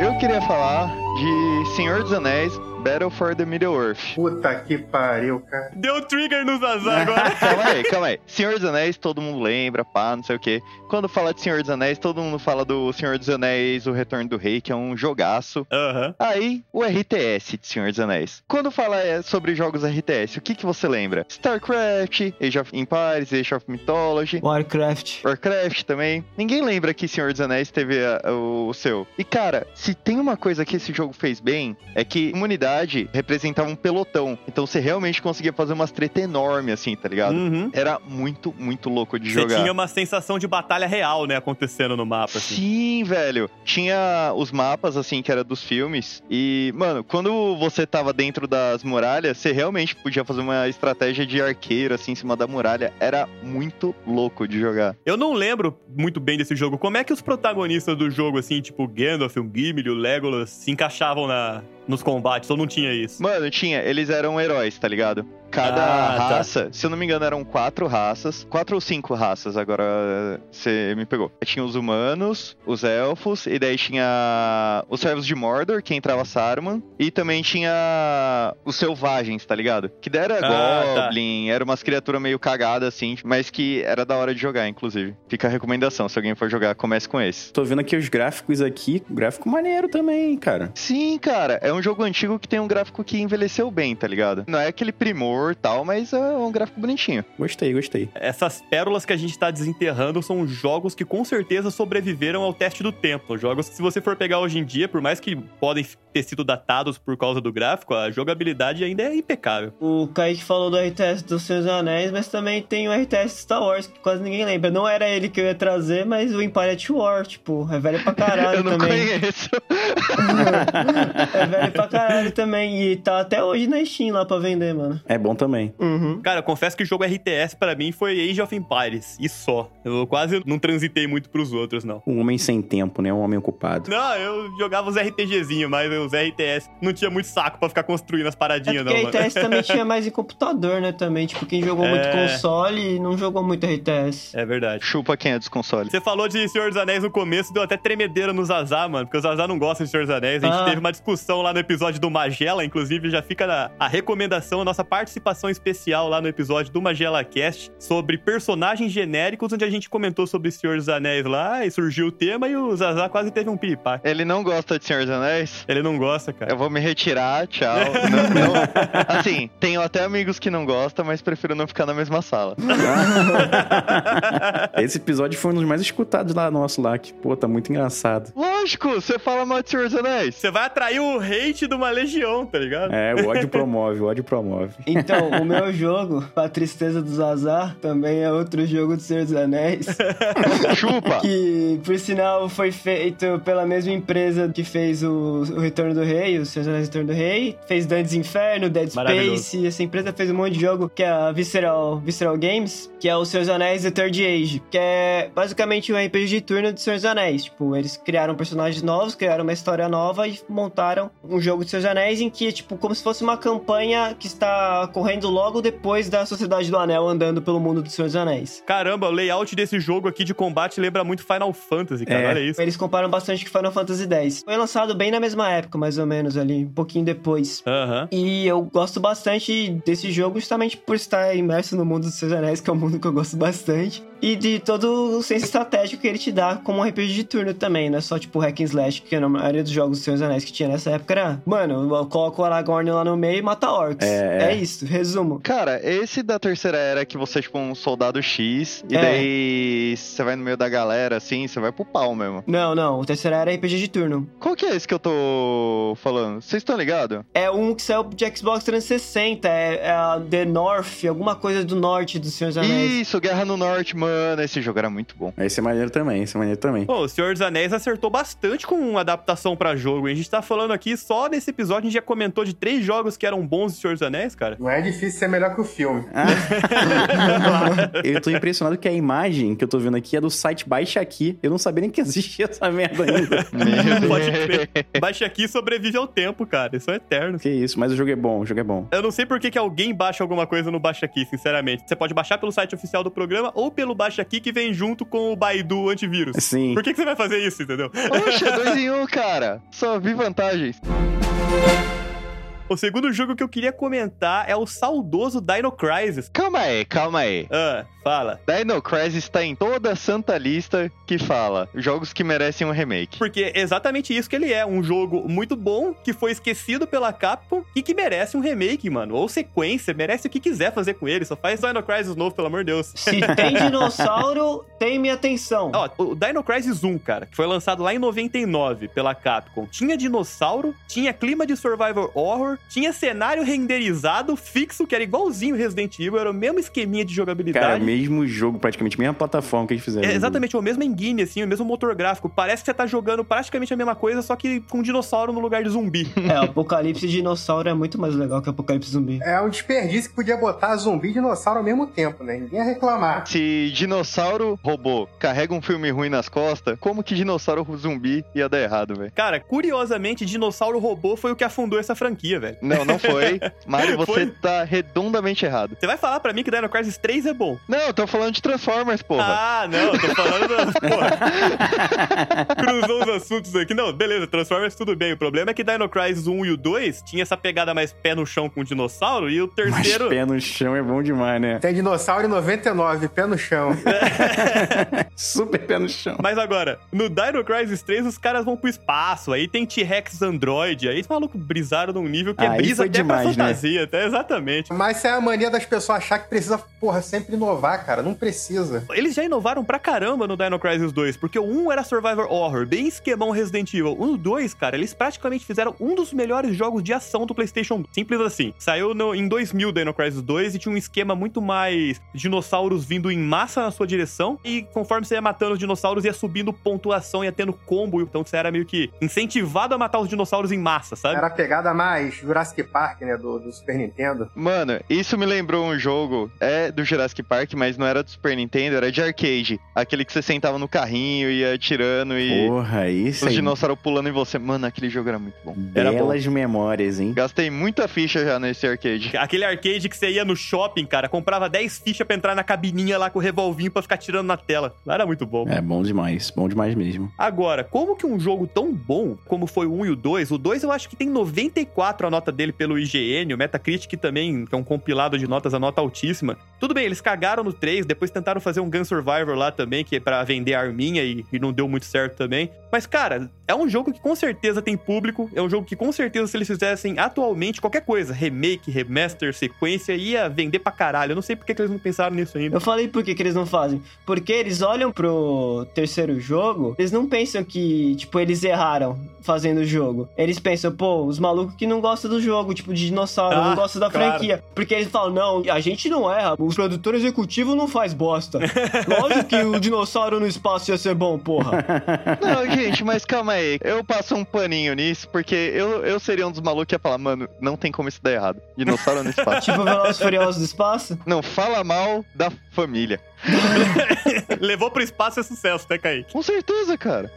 E: Eu queria falar de Senhor dos Anéis Battle for the Middle-earth.
G: Puta que pariu, cara.
B: Deu trigger no Zazá agora.
E: Calma aí, calma aí. Senhor dos Anéis, todo mundo lembra, pá, não sei o quê. Quando fala de Senhor dos Anéis, todo mundo fala do Senhor dos Anéis, O Retorno do Rei, que é um jogaço.
B: Aham.
E: Aí, o RTS de Senhor dos Anéis. Quando fala é, sobre jogos RTS, o que, que você lembra? StarCraft, Age of Empires, Age of Mythology,
D: Warcraft.
E: Warcraft também. Ninguém lembra que Senhor dos Anéis teve a- o, o seu. E cara, se tem uma coisa que esse jogo fez bem, é que uma unidade representava um pelotão. Então você realmente conseguia fazer umas treta enorme assim, tá ligado?
B: Uhum.
E: Era muito, muito louco de
B: Você
E: jogar.
B: tinha uma sensação de batalha real, né, acontecendo no mapa, assim.
E: Sim, velho. Tinha os mapas, assim, que era dos filmes. E, mano, quando você tava dentro das muralhas, você realmente podia fazer uma estratégia de arqueiro, assim, em cima da muralha. Era muito louco de jogar.
B: Eu não lembro muito bem desse jogo. Como é que os protagonistas do jogo, assim, tipo o Gandalf, o Gimli, o Legolas, se encaixavam na, nos combates? Ou não tinha isso?
E: Mano, tinha, eles eram heróis, tá ligado? Cada
B: Ah, tá.
E: raça, se eu não me engano, eram quatro raças. Quatro ou cinco raças, agora você me pegou. Tinha os humanos, os elfos, e daí tinha os servos de Mordor, que entrava Saruman, e também tinha os selvagens, tá ligado? Que daí era
B: Ah, tá.
E: Goblin, era umas criaturas meio cagadas, assim, mas que era da hora de jogar, inclusive. Fica a recomendação, se alguém for jogar, comece com esse.
F: Tô vendo aqui os gráficos aqui. Gráfico maneiro também, cara.
E: Sim, cara, é um jogo antigo que tem um gráfico que envelheceu bem, tá ligado? Não é aquele primor mortal, mas é um gráfico bonitinho.
F: Gostei, gostei.
B: Essas pérolas que a gente tá desenterrando são jogos que com certeza sobreviveram ao teste do tempo. Jogos que, se você for pegar hoje em dia, por mais que podem ter sido datados por causa do gráfico, a jogabilidade ainda é impecável.
D: O Kaique falou do RTS do Senhor dos Anéis, mas também tem o RTS Star Wars, que quase ninguém lembra. Não era ele que eu ia trazer, mas o Empire at War, tipo, é velho pra caralho
E: eu não
D: também.
E: conheço.
D: É velho pra caralho também. E tá até hoje na Steam lá pra vender, mano.
F: É bom também.
D: Uhum.
B: Cara, eu confesso que o jogo RTS pra mim foi Age of Empires, e só. Eu quase não transitei muito pros outros, não.
F: Um homem sem tempo, né? Um homem ocupado.
B: Não, eu jogava os RPGzinhos, mas os RTS não tinha muito saco pra ficar construindo as paradinhas,
D: É
B: não,
D: porque
B: mano.
D: RTS também tinha mais em computador, né? Também, tipo, quem jogou muito console não jogou muito RTS.
B: É verdade.
E: Chupa quem é dos consoles.
B: Você falou de Senhor dos Anéis no começo, deu até tremedeira no Zazá, mano, porque o Zazá não gosta de Senhor dos Anéis. A gente
D: Ah.
B: teve uma discussão lá no episódio do Magela, inclusive já fica na- a recomendação, a nossa participação especial lá no episódio do Magela Cast sobre personagens genéricos, onde a gente comentou sobre Senhor dos Anéis lá, e surgiu o tema e o Zazá quase teve um piripaque.
E: Ele não gosta de Senhor dos Anéis?
B: Ele não gosta, cara.
E: Eu vou me retirar, tchau. Não- não- Assim, tenho até amigos que não gostam, mas prefiro não ficar na mesma sala.
F: Esse episódio foi um dos mais escutados lá nosso lá, que, pô, tá muito engraçado.
E: Lógico, você fala mal de Senhor dos Anéis.
B: Você vai atrair o hate de uma legião, tá ligado?
F: É, o ódio promove, o ódio promove.
D: Então, o meu jogo, A Tristeza dos Azar, também é outro jogo do Senhor dos Anéis.
E: Chupa.
D: Que, por sinal, foi feito pela mesma empresa que fez o, o Retorno do Rei, o Senhor dos Anéis Retorno do Rei. Fez Dantes Inferno, Dead
B: Maravilhoso.
D: Space. Essa empresa fez um monte de jogo que é a Visceral, Visceral Games, que é o Senhor dos Anéis The Third Age, que é basicamente um RPG de turno do Senhor dos Anéis. Tipo, eles criaram personagens novos, criaram uma história nova e montaram um jogo do Senhor dos Anéis em que, é, tipo, como se fosse uma campanha que está correndo logo depois da Sociedade do Anel andando pelo mundo do Senhor dos Anéis.
B: Caramba, o layout desse jogo aqui de combate lembra muito Final Fantasy, cara.
F: É.
B: Olha isso.
D: Eles comparam bastante com Final Fantasy X. Foi lançado bem na mesma época, mais ou menos, ali, um pouquinho depois.
B: Aham.
D: E eu gosto bastante desse jogo justamente por estar imerso no mundo dos seus anéis, que é um mundo que eu gosto bastante. E de todo o senso estratégico que ele te dá como um RPG de turno também, não é só tipo hack and slash, que na maioria dos jogos dos seus anéis que tinha nessa época era... Mano, eu coloco o Aragorn lá no meio e mata orcs.
F: É.
D: É, isso, resumo.
E: Cara, esse da terceira era que você é tipo um soldado X, e
D: É.
E: daí você vai no meio da galera, assim, você vai pro pau mesmo.
D: Não, não, o terceiro era RPG de turno.
E: Qual que é esse que eu tô falando? Vocês estão ligados?
D: É um que saiu de Xbox 360, é, é a The North, alguma coisa do norte dos Senhor dos Anéis.
E: Isso, Guerra no Norte, mano. Esse jogo era muito bom.
F: Esse é maneiro também, esse é maneiro também.
B: Bom, o Senhor dos Anéis acertou bastante com adaptação pra jogo. hein? A gente tá falando aqui só nesse episódio, a gente já comentou de três jogos que eram bons do Senhor dos Anéis, cara.
G: Não é difícil ser melhor que o filme.
F: Eu tô impressionado que a imagem que eu tô vendo aqui é do site Baixa Aqui. Eu não sabia nem que existia essa merda ainda.
B: Pode crer. Baixa aqui e sobrevive ao tempo, cara. Isso é eterno.
F: que isso, mas o jogo é bom, o jogo é bom.
B: Eu não sei por que, que alguém baixa alguma coisa no Baixa Aqui, sinceramente. Você pode baixar pelo site oficial do programa ou pelo Baixa Aqui que vem junto com o Baidu antivírus.
F: Sim.
B: Por que, que você vai fazer isso, entendeu?
E: Oxe, é dois em um, cara. Só vi vantagens.
B: O segundo jogo que eu queria comentar é o saudoso Dino Crisis.
E: Calma aí, calma aí.
B: Ah, fala.
E: Dino Crisis está em toda a santa lista que fala jogos que merecem um remake.
B: Porque é exatamente isso que ele é, um jogo muito bom, que foi esquecido pela Capcom e que merece um remake, mano. Ou sequência, merece o que quiser fazer com ele, só faz Dino Crisis novo, pelo amor de Deus.
D: Se tem dinossauro, tem minha atenção.
B: Ó, o Dino Crisis 1, cara, que foi lançado lá em 99 pela Capcom, tinha dinossauro, tinha clima de survival horror, tinha cenário renderizado fixo, que era igualzinho Resident Evil, era o mesmo esqueminha de jogabilidade.
F: Cara, é mesmo jogo, praticamente, mesma plataforma que eles fizeram.
B: É exatamente o mesmo engine, assim, o mesmo motor gráfico. Parece que você tá jogando praticamente a mesma coisa, só que com um dinossauro no lugar de zumbi.
D: É, Apocalipse Dinossauro é muito mais legal que Apocalipse Zumbi.
G: É um desperdício que podia botar zumbi e dinossauro ao mesmo tempo, né? Ninguém ia reclamar.
E: Se dinossauro robô carrega um filme ruim nas costas, como que dinossauro zumbi ia dar errado, velho?
B: Cara, curiosamente, dinossauro robô foi o que afundou essa franquia, velho.
E: Não, não foi. Mário, você
B: Foi.
E: tá redondamente errado.
B: Você vai falar pra mim que Dino Crisis 3 é bom?
E: Não, Não, eu tô falando de Transformers, porra.
B: Ah, não, tô falando da. Porra. Cruzou os assuntos aqui. Não, beleza, Transformers tudo bem. O problema é que Dino Crisis 1 e o 2 tinha essa pegada mais pé no chão com o dinossauro e o
F: Mas
B: terceiro.
F: pé no chão é bom demais, né?
G: Tem dinossauro em 99, pé no chão.
F: Super pé no chão.
B: Mas agora, no Dino Crisis 3 os caras vão pro espaço, aí tem T-Rex Android, aí os malucos brisaram num nível que é
F: Aí
B: brisa
F: foi
B: até pra
F: demais, né?
B: fantasia, até exatamente.
G: Mas essa é a mania das pessoas achar que precisa, porra, sempre inovar, cara. Não precisa.
B: Eles já inovaram pra caramba no Dino Crisis 2, porque o 1 era Survivor Horror, bem esquemão Resident Evil. O 2, cara, eles praticamente fizeram um dos melhores jogos de ação do PlayStation. Simples assim. Saiu no- em 2000 Dino Crisis 2 e tinha um esquema muito mais dinossauros vindo em massa na sua direção. E conforme você ia matando os dinossauros, ia subindo pontuação, ia tendo combo. Então você era meio que incentivado a matar os dinossauros em massa, sabe?
G: Era a pegada mais Jurassic Park, né, do, do Super Nintendo.
E: Mano, isso me lembrou um jogo, é do Jurassic Park, mas não era do Super Nintendo, era de arcade. Aquele que você sentava no carrinho, ia atirando e
F: Porra, isso
E: os
F: aí.
E: dinossauros pulando em você. Mano, aquele jogo era muito bom.
B: Era bom.
F: Belas memórias, hein?
E: Gastei muita ficha já nesse arcade.
B: Aquele arcade que você ia no shopping, cara, comprava 10 fichas pra entrar na cabininha lá com o revolvinho pra ficar tirando na tela. Era muito bom.
F: É bom demais, bom demais mesmo.
B: Agora, como que um jogo tão bom como foi o 1 e o 2, o 2 eu acho que tem 94 a nota dele pelo IGN, o Metacritic também, que é um compilado de notas, a nota altíssima. Tudo bem, eles cagaram no 3, depois tentaram fazer um Gun Survivor lá também, que é pra vender arminha e, e não deu muito certo também. Mas, cara, é um jogo que com certeza tem público, é um jogo que com certeza se eles fizessem atualmente qualquer coisa, remake, remaster, sequência, ia vender pra caralho. Eu não sei por que que eles não pensaram nisso ainda.
D: Eu falei por que, que eles não fazem. Porque eles olham pro terceiro jogo, eles não pensam que, tipo, eles erraram fazendo o jogo. Eles pensam, pô, os malucos que não gostam do jogo, tipo, de dinossauro,
B: Ah,
D: não gostam da
B: claro.
D: franquia. Porque eles falam, não, a gente não erra, o produtor executivo não faz bosta. Lógico que o dinossauro no espaço ia ser bom, porra.
E: Não, gente, mas calma aí. Eu passo um paninho nisso, porque eu, eu seria um dos malucos que ia falar, mano, não tem como isso dar errado. Dinossauro no espaço.
D: tipo, Velozes e Furiosos do espaço.
E: Não, fala mal da família.
B: Levou pro espaço é sucesso, né, Kaique?
E: Com certeza, cara.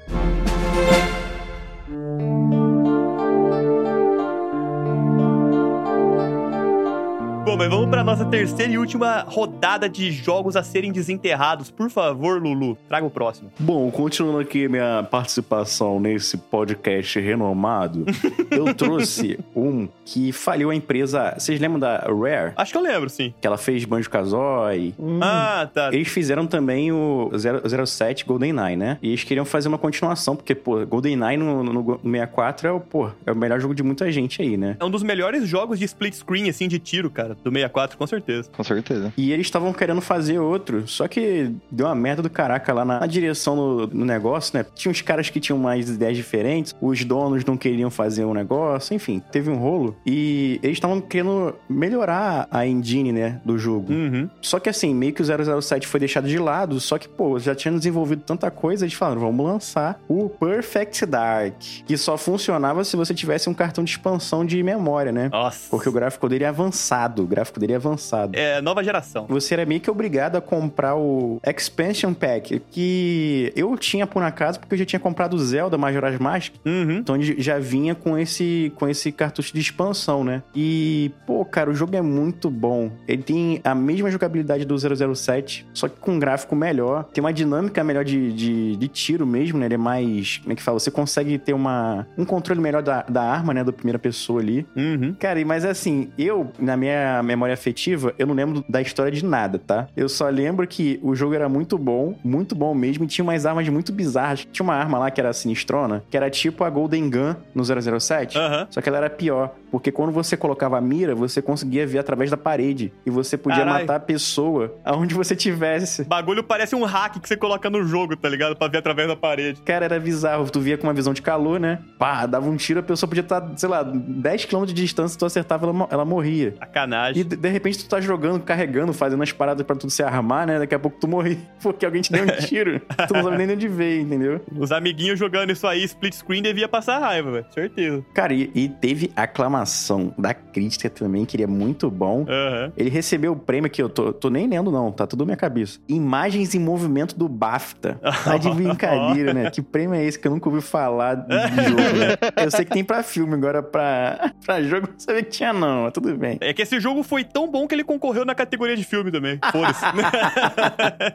B: Bom, mas vamos pra nossa terceira e última rodada de jogos a serem desenterrados. Por favor, Lulu, traga o próximo.
F: Bom, continuando aqui minha participação nesse podcast renomado, eu trouxe um que faliu a empresa. Vocês lembram da Rare?
B: Acho que eu lembro, sim.
F: Que ela fez Banjo-Kazooie.
B: Ah, tá.
F: Eles fizeram também o 0- 07 GoldenEye, né? E eles queriam fazer uma continuação, porque, pô, GoldenEye no, no, no 64 é o, pô, é o melhor jogo de muita gente aí, né?
B: É um dos melhores jogos de split screen, assim, de tiro, cara, do 64, com certeza.
E: Com certeza.
F: E eles estavam querendo fazer outro, só que deu uma merda do caraca lá na, na direção do, do negócio, né? Tinha uns caras que tinham mais ideias diferentes, os donos não queriam fazer um negócio, enfim, teve um rolo. E eles estavam querendo melhorar a engine, né, do jogo.
B: Uhum.
F: Só que assim, meio que o 007 foi deixado de lado, só que, pô, já tinham desenvolvido tanta coisa, eles falaram, vamos lançar o Perfect Dark, que só funcionava se você tivesse um cartão de expansão de memória, né?
B: Nossa.
F: Porque o gráfico dele é avançado, o gráfico dele é avançado
B: É, nova geração.
F: você era meio que obrigado a comprar o Expansion Pack, que eu tinha por um acaso, porque eu já tinha comprado o Zelda Majora's Mask,
B: Uhum.
F: então ele já vinha com esse, com esse cartucho de expansão, né? E, pô, cara, o jogo é muito bom. Ele tem a mesma jogabilidade do 007, só que com um gráfico melhor. Tem uma dinâmica melhor de, de, de tiro mesmo, né? Ele é mais... Como é que fala? Você consegue ter uma, um controle melhor da, da arma, né? Da primeira pessoa ali.
B: Uhum.
F: Cara, e- mas assim, eu, na minha memória afetiva, eu não lembro da história de nada, tá? Eu só lembro que o jogo era muito bom, muito bom mesmo, e tinha umas armas muito bizarras. Tinha uma arma lá que era sinistrona, que era tipo a Golden Gun no 007.
B: Aham.
F: Só que ela era pior, porque quando você colocava a mira, você conseguia ver através da parede. E você podia
B: Caralho.
F: matar a pessoa aonde você tivesse.
B: Bagulho parece um hack que você coloca no jogo, tá ligado? Pra ver através da parede.
F: Cara, era bizarro. Tu via com uma visão de calor, né? Pá, dava um tiro, a pessoa podia estar, sei lá, 10km de distância, tu acertava, ela, mo- ela morria. E
B: Sacanagem.
F: de de repente tu tá jogando, carregando, fazendo as paradas pra tudo se armar, né? Daqui a pouco tu morre porque alguém te deu um tiro. tu não sabe nem de onde veio, entendeu?
B: Os amiguinhos jogando isso aí, split screen, devia passar raiva, velho. Certeza.
F: Cara, e, e teve reclamação da crítica também, que ele é muito bom.
B: Aham.
F: Ele recebeu o prêmio que eu tô, tô nem lendo, não, tá tudo na minha cabeça. Imagens em movimento do BAFTA. Tá de brincadeira, né? Que prêmio é esse que eu nunca ouvi falar de jogo, né? Eu sei que tem pra filme, agora pra, pra jogo eu não sabia que tinha, não, mas tudo bem.
B: É que esse jogo foi tão bom que ele concorreu na categoria de filme também. Foda-se.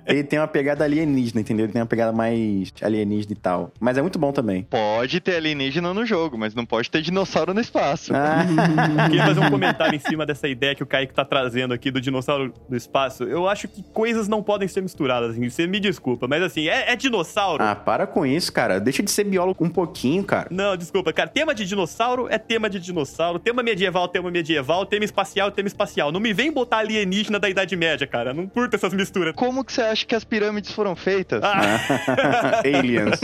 F: Ele tem uma pegada alienígena, entendeu? Ele tem uma pegada mais alienígena e tal. Mas é muito bom também.
E: Pode ter alienígena no jogo, mas não pode ter dinossauro no espaço.
F: Ah,
B: Queria fazer um comentário em cima dessa ideia que o Kaique tá trazendo aqui do dinossauro do espaço. Eu acho que coisas não podem ser misturadas, assim. Você me desculpa, mas assim, é, é dinossauro.
F: ah, para com isso, cara. Deixa de ser biólogo um pouquinho, cara.
B: Não, desculpa, cara. Tema de dinossauro é tema de dinossauro. Tema medieval, tema medieval. Tema espacial, tema espacial. Não me vem botar alienígena da Idade Média, cara. Não curto essas misturas.
E: Como que você acha que as pirâmides foram feitas?
B: Ah.
F: Ah. Aliens.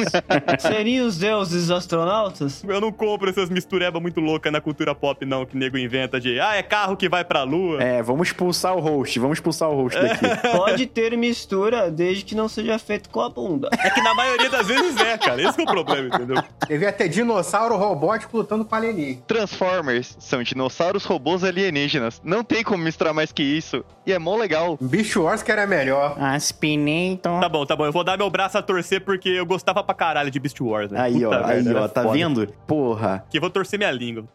D: Seriam os deuses astronautas?
B: Eu não compro essas mistureba muito louca na cultura pop, não, que nego inventa de ah, é carro que vai pra lua.
F: É, vamos expulsar o host, vamos expulsar o host daqui.
D: Pode ter mistura, desde que não seja feito com a bunda.
B: É que na maioria das vezes é, cara. Esse que é o problema, entendeu?
G: Devia ter dinossauro robótico lutando com alienígena.
E: Transformers são dinossauros robôs alienígenas. Não tem como misturar mais que isso. E é mó legal.
G: Bicho Wars que era melhor.
F: Aspinator.
B: Tá bom, tá bom. Eu vou dar meu braço a torcer porque eu gostava pra caralho de Beast Wars, né?
F: Aí, ó,
B: Puta
F: aí,
B: merda,
F: ó,
B: era
F: tá
B: foda.
F: vendo? Porra.
B: Que eu vou torcer minha língua.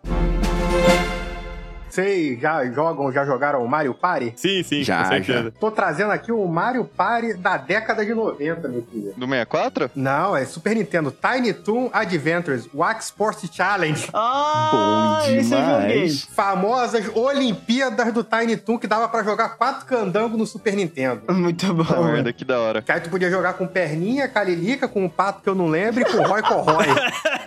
G: Vocês já jogam, já jogaram o Mario Party?
B: Sim, sim,
F: Já,
B: com certeza.
G: Tô trazendo aqui o Mario Party da década de 90, meu filho.
E: Do 64?
G: Não, é Super Nintendo. Tiny Toon Adventures, Wax Sports Challenge.
D: Ah,
F: Bom
D: esse eu joguei.
F: um demais.
G: Famosas Olimpíadas do Tiny Toon, que dava pra jogar quatro candangos no Super Nintendo.
D: Muito bom.
E: Tá merda, que da hora.
G: Que aí tu podia jogar com perninha, calilica, com um pato que eu não lembro e com Roy Corroy.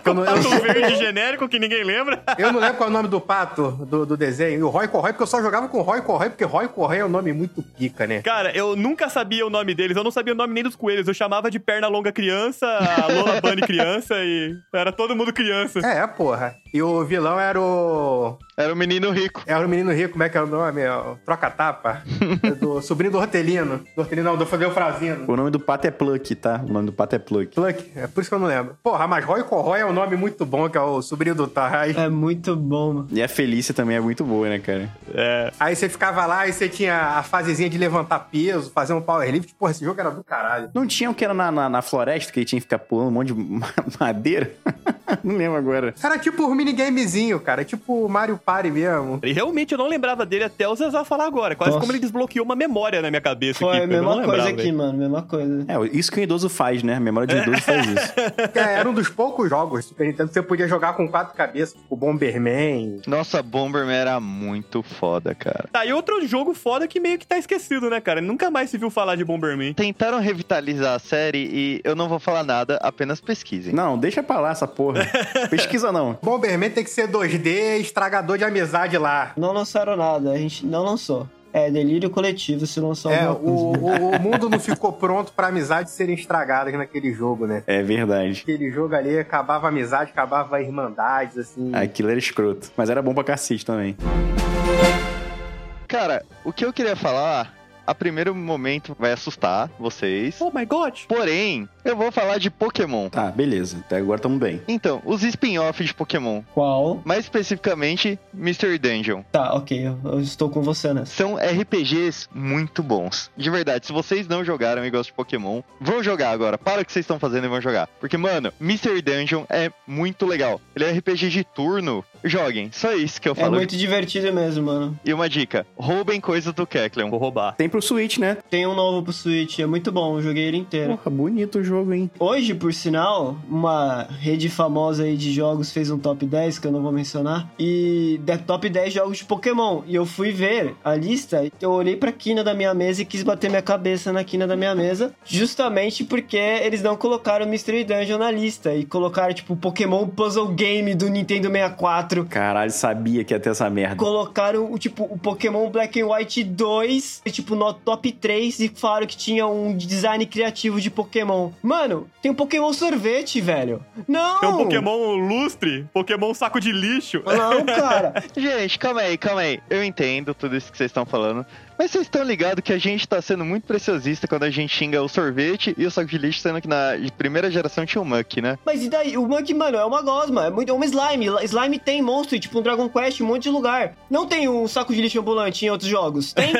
G: Que eu, não, eu,
B: Um verde genérico que ninguém lembra.
G: eu não lembro qual é o nome do pato do, do desenho. E o Roy Corroy, porque eu só jogava com Roy Corroy, porque Roy Corroy é um nome muito pica, né?
B: Cara, eu nunca sabia o nome deles, eu não sabia o nome nem dos coelhos. Eu chamava de perna longa criança, a Lola Bunny criança e era todo mundo criança.
G: É, porra. E o vilão era o.
E: Era um menino rico.
G: Era o menino rico, como é que é o nome? É o Troca-tapa. É do sobrinho do Hortelino. Do Hortelino, não, do Fabio Frazino.
F: O nome do pato é Pluck, tá? O nome do pato é Pluck.
G: Pluck, é por isso que eu não lembro. Porra, mas Roy Corroy é um nome muito bom, que é o sobrinho do Tarai.
D: É muito bom, mano.
F: E a Felícia também é muito boa, né, cara?
B: É.
G: Aí você ficava lá e você tinha a fasezinha de levantar peso, fazer um powerlift. Porra, esse jogo era do caralho.
F: Não tinha o que era na, na, na floresta, que ele tinha que ficar pulando um monte de ma- madeira? Não lembro agora.
G: Era tipo um minigamezinho, cara. Tipo o Mario Party mesmo.
B: E realmente eu não lembrava dele até o Zezá falar agora. Quase
D: Nossa.
B: como ele desbloqueou uma memória na minha cabeça aqui.
D: Foi é a
B: porque eu não
D: mesma coisa
B: lembrava,
D: aqui,
B: velho.
D: mano. Mesma coisa.
F: É, isso que o idoso faz, né? A memória de idoso faz isso.
G: Que Era um dos poucos jogos do Super Nintendo que você podia jogar com quatro cabeças, tipo Bomberman.
E: Nossa, Bomberman era muito foda, cara.
B: Tá, e outro jogo foda que meio que tá esquecido, né, cara? Nunca mais se viu falar de Bomberman.
E: Tentaram revitalizar a série e eu não vou falar nada, apenas pesquisem.
F: Não, deixa pra lá essa porra. Pesquisa não.
G: Bomberman tem que ser 2D, estragador de amizade lá.
D: Não lançaram nada, a gente não lançou. É, delírio coletivo se lançou
G: É, o,
D: alguma coisa.
G: o, o mundo não ficou pronto pra amizades serem estragadas naquele jogo, né?
F: É verdade.
G: Aquele jogo ali acabava a amizade, acabava a irmandade, assim.
F: Aquilo era escroto. Mas era bom pra cacete também.
E: Cara, o que eu queria falar, a primeiro momento vai assustar vocês.
B: Oh my god!
E: Porém, eu vou falar de Pokémon.
F: Tá, beleza. Até agora tamo bem.
E: Então, os spin-off de Pokémon,
D: Qual?
E: mais especificamente Mr. Dungeon,
D: Tá, ok, eu, eu estou com você nessa.
E: são RPGs muito bons. De verdade, se vocês não jogaram e gostam de Pokémon, vão jogar agora. Para o que vocês estão fazendo e vão jogar. Porque, mano, Mr. Dungeon é muito legal. Ele é RPG de turno. Joguem, só isso que eu
D: É
E: falo.
D: muito divertido mesmo, mano.
E: E uma dica: roubem coisas do Kecleon.
B: Vou roubar.
F: Tem pro Switch, né?
D: Tem um novo pro Switch, é muito bom, eu joguei ele inteiro.
F: Porra, bonito o jogo, hein?
D: Hoje, por sinal, uma rede famosa aí de jogos fez um top 10, que eu não vou mencionar, e da top 10 jogos de Pokémon. E eu fui ver a lista, eu olhei pra quina da minha mesa e quis bater minha cabeça na quina da minha mesa, justamente porque eles não colocaram Mystery Dungeon na lista, e colocaram, tipo, Pokémon Puzzle Game do Nintendo 64.
F: Caralho, sabia que ia ter essa merda.
D: Colocaram o tipo o Pokémon Black and White 2, e, tipo, no top 3 e falaram que tinha um design criativo de Pokémon. Mano, tem um Pokémon sorvete, velho. Não!
B: Tem um Pokémon lustre, Pokémon saco de lixo.
D: Não, cara.
E: Gente, calma aí, calma aí. Eu entendo tudo isso que vocês estão falando, Mas vocês estão ligados que a gente tá sendo muito preciosista quando a gente xinga o sorvete e o saco de lixo, sendo que na primeira geração tinha o Muck, né?
D: Mas e daí? O Monkey, mano, é uma gosma, é, muito, é uma slime. Slime tem monstro, tipo um Dragon Quest, em um monte de lugar. Não tem um saco de lixo ambulante em outros jogos. Tem?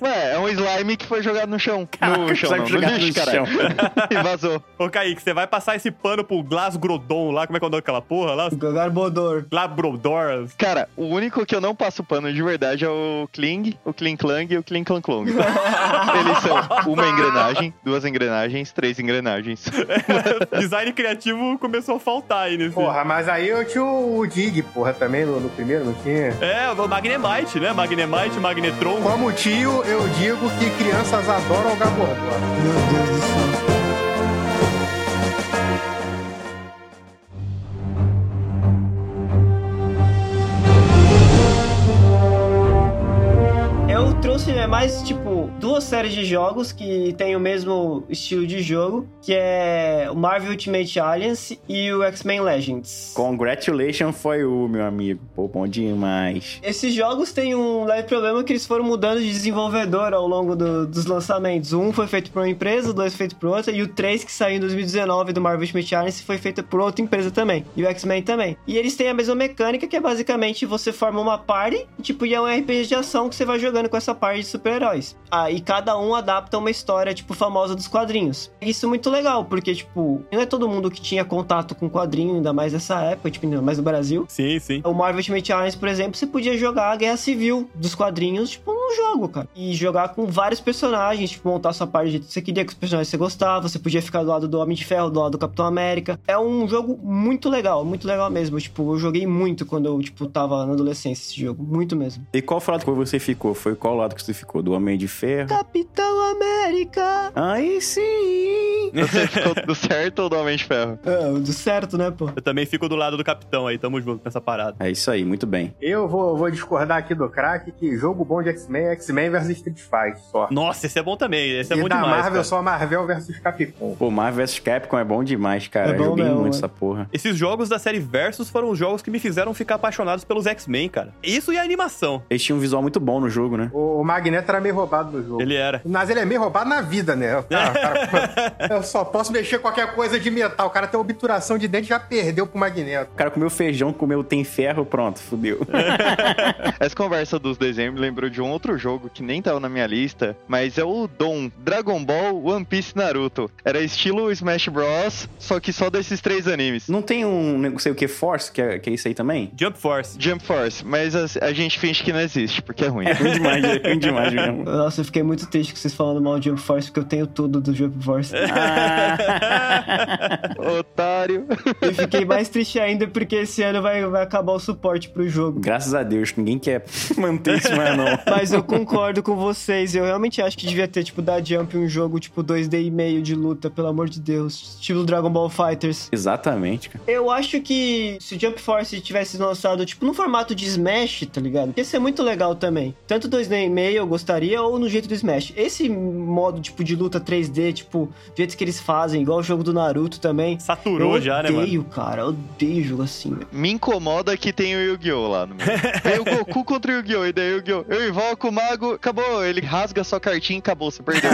E: Ué, é um slime que foi jogado no chão. no chão,
F: slime
E: não, no
F: jogado
E: lixo,
F: no
E: caralho.
F: chão.
E: e vazou.
B: Ô, Kaique, você vai passar esse pano pro Glasgrodon lá, como é que é o nome daquela porra lá?
D: Garbodor.
B: Glabrodor.
E: Cara, o único que eu não passo pano de verdade é o Kling, o Kling Klang e o Kling Klang Klong. Eles são uma engrenagem, duas engrenagens, três engrenagens.
B: Design criativo começou a faltar aí nesse.
G: Porra, mas aí eu tinha o Dig, porra, também no, no primeiro, não tinha?
B: É, o Magnemite, né? Magnemite, Magnetron.
G: Como tio, eu digo que crianças adoram o Gabordor.
D: Meu Deus do céu. Eu trouxe né, mais, tipo, duas séries de jogos que tem o mesmo estilo de jogo, que é o Marvel Ultimate Alliance e o X-Men Legends.
F: Congratulations foi o meu amigo. Pô, bom demais.
D: Esses jogos têm um leve problema que eles foram mudando de desenvolvedor ao longo do- dos lançamentos. Um foi feito por uma empresa, dois feito por outra, e o 3 que saiu em 2019 do Marvel Ultimate Alliance foi feito por outra empresa também, e o X-Men também. E eles têm a mesma mecânica, que é basicamente você forma uma party, tipo, e é um RPG de ação que você vai jogando com essa party de super-heróis. Ah, e cada um adapta uma história, tipo, famosa dos quadrinhos. Isso é muito legal, porque, tipo, não é todo mundo que tinha contato com quadrinho, ainda mais nessa época, tipo, ainda mais no Brasil.
B: Sim, sim.
D: Então, O Marvel Ultimate Alliance, por exemplo, você podia jogar a Guerra Civil dos quadrinhos, tipo, num jogo, cara. E jogar com vários personagens, tipo, montar sua parte do jeito que você queria, com os personagens que você gostava. Você podia ficar do lado do Homem de Ferro, do lado do Capitão América. É um jogo muito legal, muito legal mesmo. Tipo, eu joguei muito quando eu, tipo, tava na adolescência esse jogo. Muito mesmo.
F: E qual foi o lado que você ficou? Foi qual lado que você ficou? Do Homem de Ferro?
D: Capitão América!
F: Aí sim!
E: Você ficou do certo ou do Homem de Ferro?
D: É, do certo, né, pô?
B: Eu também fico do lado do capitão aí, tamo junto nessa parada.
F: É isso aí, muito bem.
G: Eu vou, vou discordar aqui do crack que jogo bom de X-Men é X-Men versus Street Fighter só.
B: Nossa, esse é bom também, esse é
G: e
B: bom
G: da
B: demais.
G: Marvel
B: cara.
G: só Marvel versus Capcom.
F: Pô, Marvel vs Capcom é bom demais, cara.
D: É bom
F: Joguei
D: mesmo,
F: muito
D: né?
F: essa porra.
B: Esses jogos da série Versus foram os jogos que me fizeram ficar apaixonados pelos X-Men, cara. Isso e a animação.
F: Eles tinham um visual muito bom no jogo, né?
G: O, o Magneto era meio roubado no jogo.
B: Ele era.
G: Mas ele é meio roubado na vida, né? O cara- o cara- eu só posso mexer com qualquer coisa de metal. O cara tem obturação de dente já perdeu pro Magneto.
F: O cara comeu feijão, comeu tem ferro, pronto, fudeu.
E: Essa conversa dos desenhos me lembrou de um outro jogo que nem tava na minha lista, mas é o Dom Dragon Ball One Piece Naruto. Era estilo Smash Bros, só que só desses três animes.
F: Não tem um não sei o que Force, que é, que é isso aí também?
B: Jump Force.
E: Jump Force, mas a, a gente finge que não existe, porque é ruim.
F: É ruim demais, é ruim demais mesmo.
D: Nossa, eu fiquei muito triste com vocês falando mal de Jump Force, porque eu tenho tudo do Jump Force.
E: Otário.
D: E fiquei mais triste ainda porque esse ano vai, vai acabar o suporte pro jogo.
F: Graças a Deus, ninguém quer manter isso mais não.
D: Mas eu concordo com vocês. Eu realmente acho que devia ter, tipo, da Jump um jogo, tipo, 2D e meio de luta, pelo amor de Deus. Estilo Dragon Ball Fighters.
F: Exatamente, cara.
D: Eu acho que se o Jump Force tivesse lançado, tipo, no formato de Smash, tá ligado? Ia ser muito legal também. Tanto 2D e meio eu gostaria, ou no jeito do Smash. Esse modo, tipo, de luta 3D, tipo, do jeito que eles fazem, igual o jogo do Naruto também.
B: Saturou
D: eu
B: já, né, mano?
D: odeio, cara. Eu odeio jogo assim, velho.
E: Me incomoda que tem o Yu-Gi-Oh! lá no meio. Tem o Goku contra o Yu-Gi-Oh! E daí o Yu-Gi-Oh! Eu invoco o mago, acabou. Ele rasga sua cartinha e acabou, você perdeu.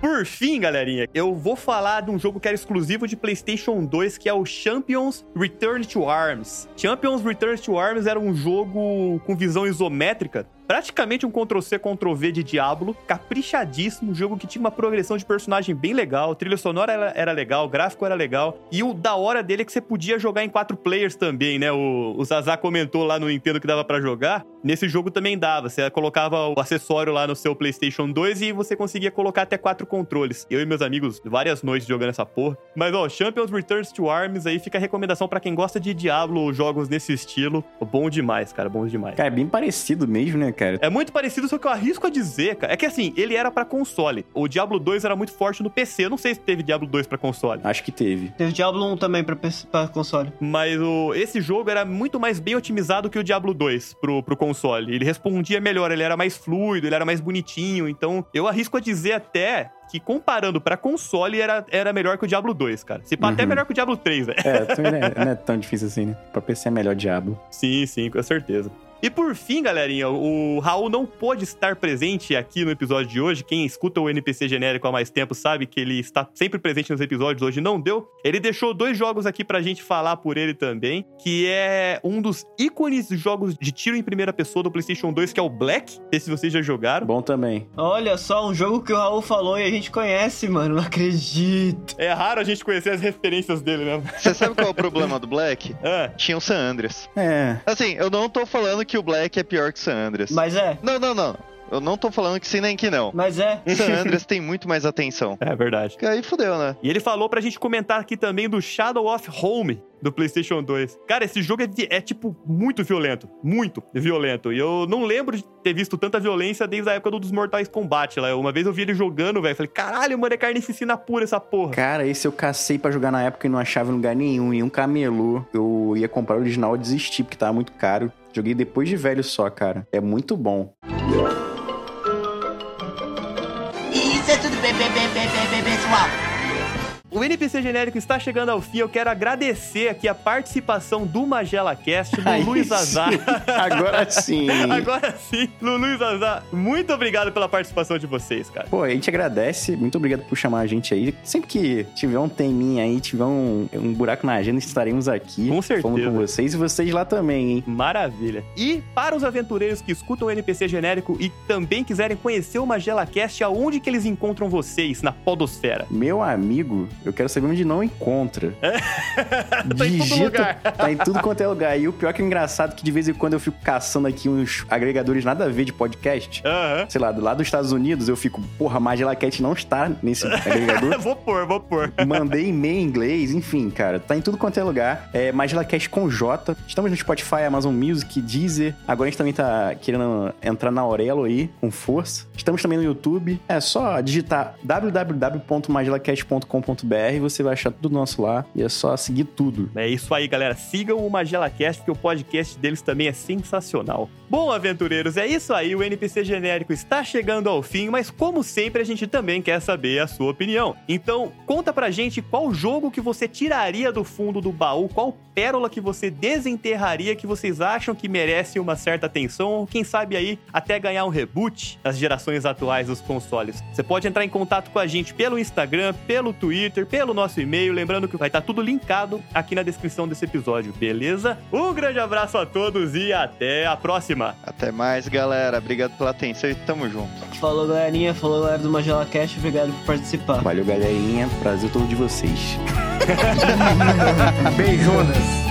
B: Por fim, galerinha, eu vou falar de um jogo que era exclusivo de PlayStation 2, que é o Champions Return to Arms. Champions Return to Arms era um jogo com visão isométrica, praticamente um Ctrl-C, Ctrl-V de Diablo, caprichadíssimo, um jogo que tinha uma progressão de personagem bem legal, trilha sonora era, era legal, gráfico era legal, e o da hora dele é que você podia jogar em quatro players também, né? O, o Zazá comentou lá no Nintendo que dava pra jogar, Nesse jogo também dava, você colocava o acessório lá no seu PlayStation 2 e você conseguia colocar até quatro controles. Eu e meus amigos, várias noites jogando essa porra. Mas ó, Champions Returns to Arms aí fica a recomendação pra quem gosta de Diablo ou jogos nesse estilo. Bom demais, cara, bom demais.
F: Cara, é bem parecido mesmo, né, cara?
B: É muito parecido, só que eu arrisco a dizer, cara. É que assim, ele era pra console. O Diablo 2 era muito forte no PC. Eu não sei se teve Diablo 2 pra console.
F: Acho que teve.
D: Teve Diablo 1 também pra, PS pra console.
B: Mas o- esse jogo era muito mais bem otimizado que o Diablo 2 pro, pro console. Ele respondia melhor, ele era mais fluido, ele era mais bonitinho. Então, eu arrisco a dizer até que comparando pra console, era, era melhor que o Diablo 2, cara. Se pá, até
F: Uhum.
B: melhor que o Diablo né? 3, velho.
F: É, também não é, não é tão difícil assim, né? Pra PC é melhor Diablo.
B: Sim, sim, com certeza. E por fim, galerinha, o Raul não pôde estar presente aqui no episódio de hoje. Quem escuta o NPC genérico há mais tempo sabe que ele está sempre presente nos episódios, hoje não deu. Ele deixou dois jogos aqui pra gente falar por ele também, que é um dos ícones de jogos de tiro em primeira pessoa do PlayStation 2, que é o Black. Não sei se vocês já jogaram.
F: Bom também.
D: Olha só, um jogo que o Raul falou e a gente conhece, mano. Não acredito.
B: É raro a gente conhecer as referências dele, né?
E: Você sabe qual é o problema do Black?
B: Ah,
E: Tinha o San Andreas.
F: É.
E: Assim, eu não tô falando que o Black é pior que o San Andreas.
D: Mas é,
E: Não, não, não. Eu não tô falando que sim nem que não.
D: mas é.
E: San Andreas tem muito mais atenção.
B: é verdade.
E: E aí fudeu, né?
B: E ele falou pra gente comentar aqui também do Shadow of Home do PlayStation 2. Cara, esse jogo é, vi- é, tipo muito violento, muito violento. E eu não lembro de ter visto tanta violência desde a época do dos Mortais Kombat lá. Uma vez eu vi ele jogando, velho, falei: "Caralho, mano, é carnificina pura essa porra".
F: Cara, esse eu cacei pra jogar na época e não achava em lugar nenhum. E um camelô. Eu ia comprar o original e desisti, porque tava muito caro. Joguei depois de velho só, cara. É muito bom.
H: Isso é tudo bem, bem, bem, bem, bem, bem, pessoal.
B: O NPC genérico está chegando ao fim. Eu quero agradecer aqui a participação do Magela Cast, do
F: Aí
B: Luiz
F: sim.
B: Azar.
F: Agora sim.
B: Agora sim, Lulu e Zazá, muito obrigado pela participação de vocês, cara.
F: Pô, a gente agradece. Muito obrigado por chamar a gente aí. Sempre que tiver um teminha aí, tiver um, um buraco na agenda, estaremos aqui.
B: Com certeza.
F: Falando com vocês e vocês lá também, hein?
B: Maravilha. E para os aventureiros que escutam o NPC genérico e também quiserem conhecer o MagelaCast, aonde que eles encontram vocês na podosfera?
F: Meu amigo, eu quero saber onde não encontra.
B: É. Tá em todo lugar.
F: Tá em tudo quanto é lugar. E o pior que é engraçado que de vez em quando eu fico caçando aqui uns agregadores nada a ver de podcast.
B: Aham.
F: Sei lá, do lado dos Estados Unidos eu fico, porra, Magela Cat não está nesse agregador.
B: Vou pôr, vou pôr.
F: Mandei e-mail em inglês, enfim, cara, tá em tudo quanto é lugar. É MagelaCast com J. Estamos no Spotify, Amazon Music, Deezer. Agora a gente também tá querendo entrar na Aurelo aí, com força. Estamos também no YouTube. É só digitar www.magelacast.com.br você vai achar tudo nosso lá. E é só seguir tudo.
B: É isso aí, galera. Sigam o MagelaCast, porque o podcast deles também é sensacional. Bom, aventureiros, é isso aí. O NPC genérico está chegando ao fim, mas como sempre, a gente também quer saber a sua opinião. Então, conta pra gente qual jogo que você tiraria do fundo do baú, qual pérola que você desenterraria que vocês acham que merece uma certa atenção, ou quem sabe aí até ganhar um reboot nas gerações atuais dos consoles. Você pode entrar em contato com a gente pelo Instagram, pelo Twitter, pelo nosso e-mail, lembrando que vai estar tudo linkado aqui na descrição desse episódio, beleza? Um grande abraço a todos e até a próxima.
E: Até mais, galera. Obrigado pela atenção e tamo junto.
D: Falou, galerinha. Falou, galera do Magela Cash. Obrigado por participar.
F: Valeu, galerinha. Prazer todo de vocês.
G: Beijonas.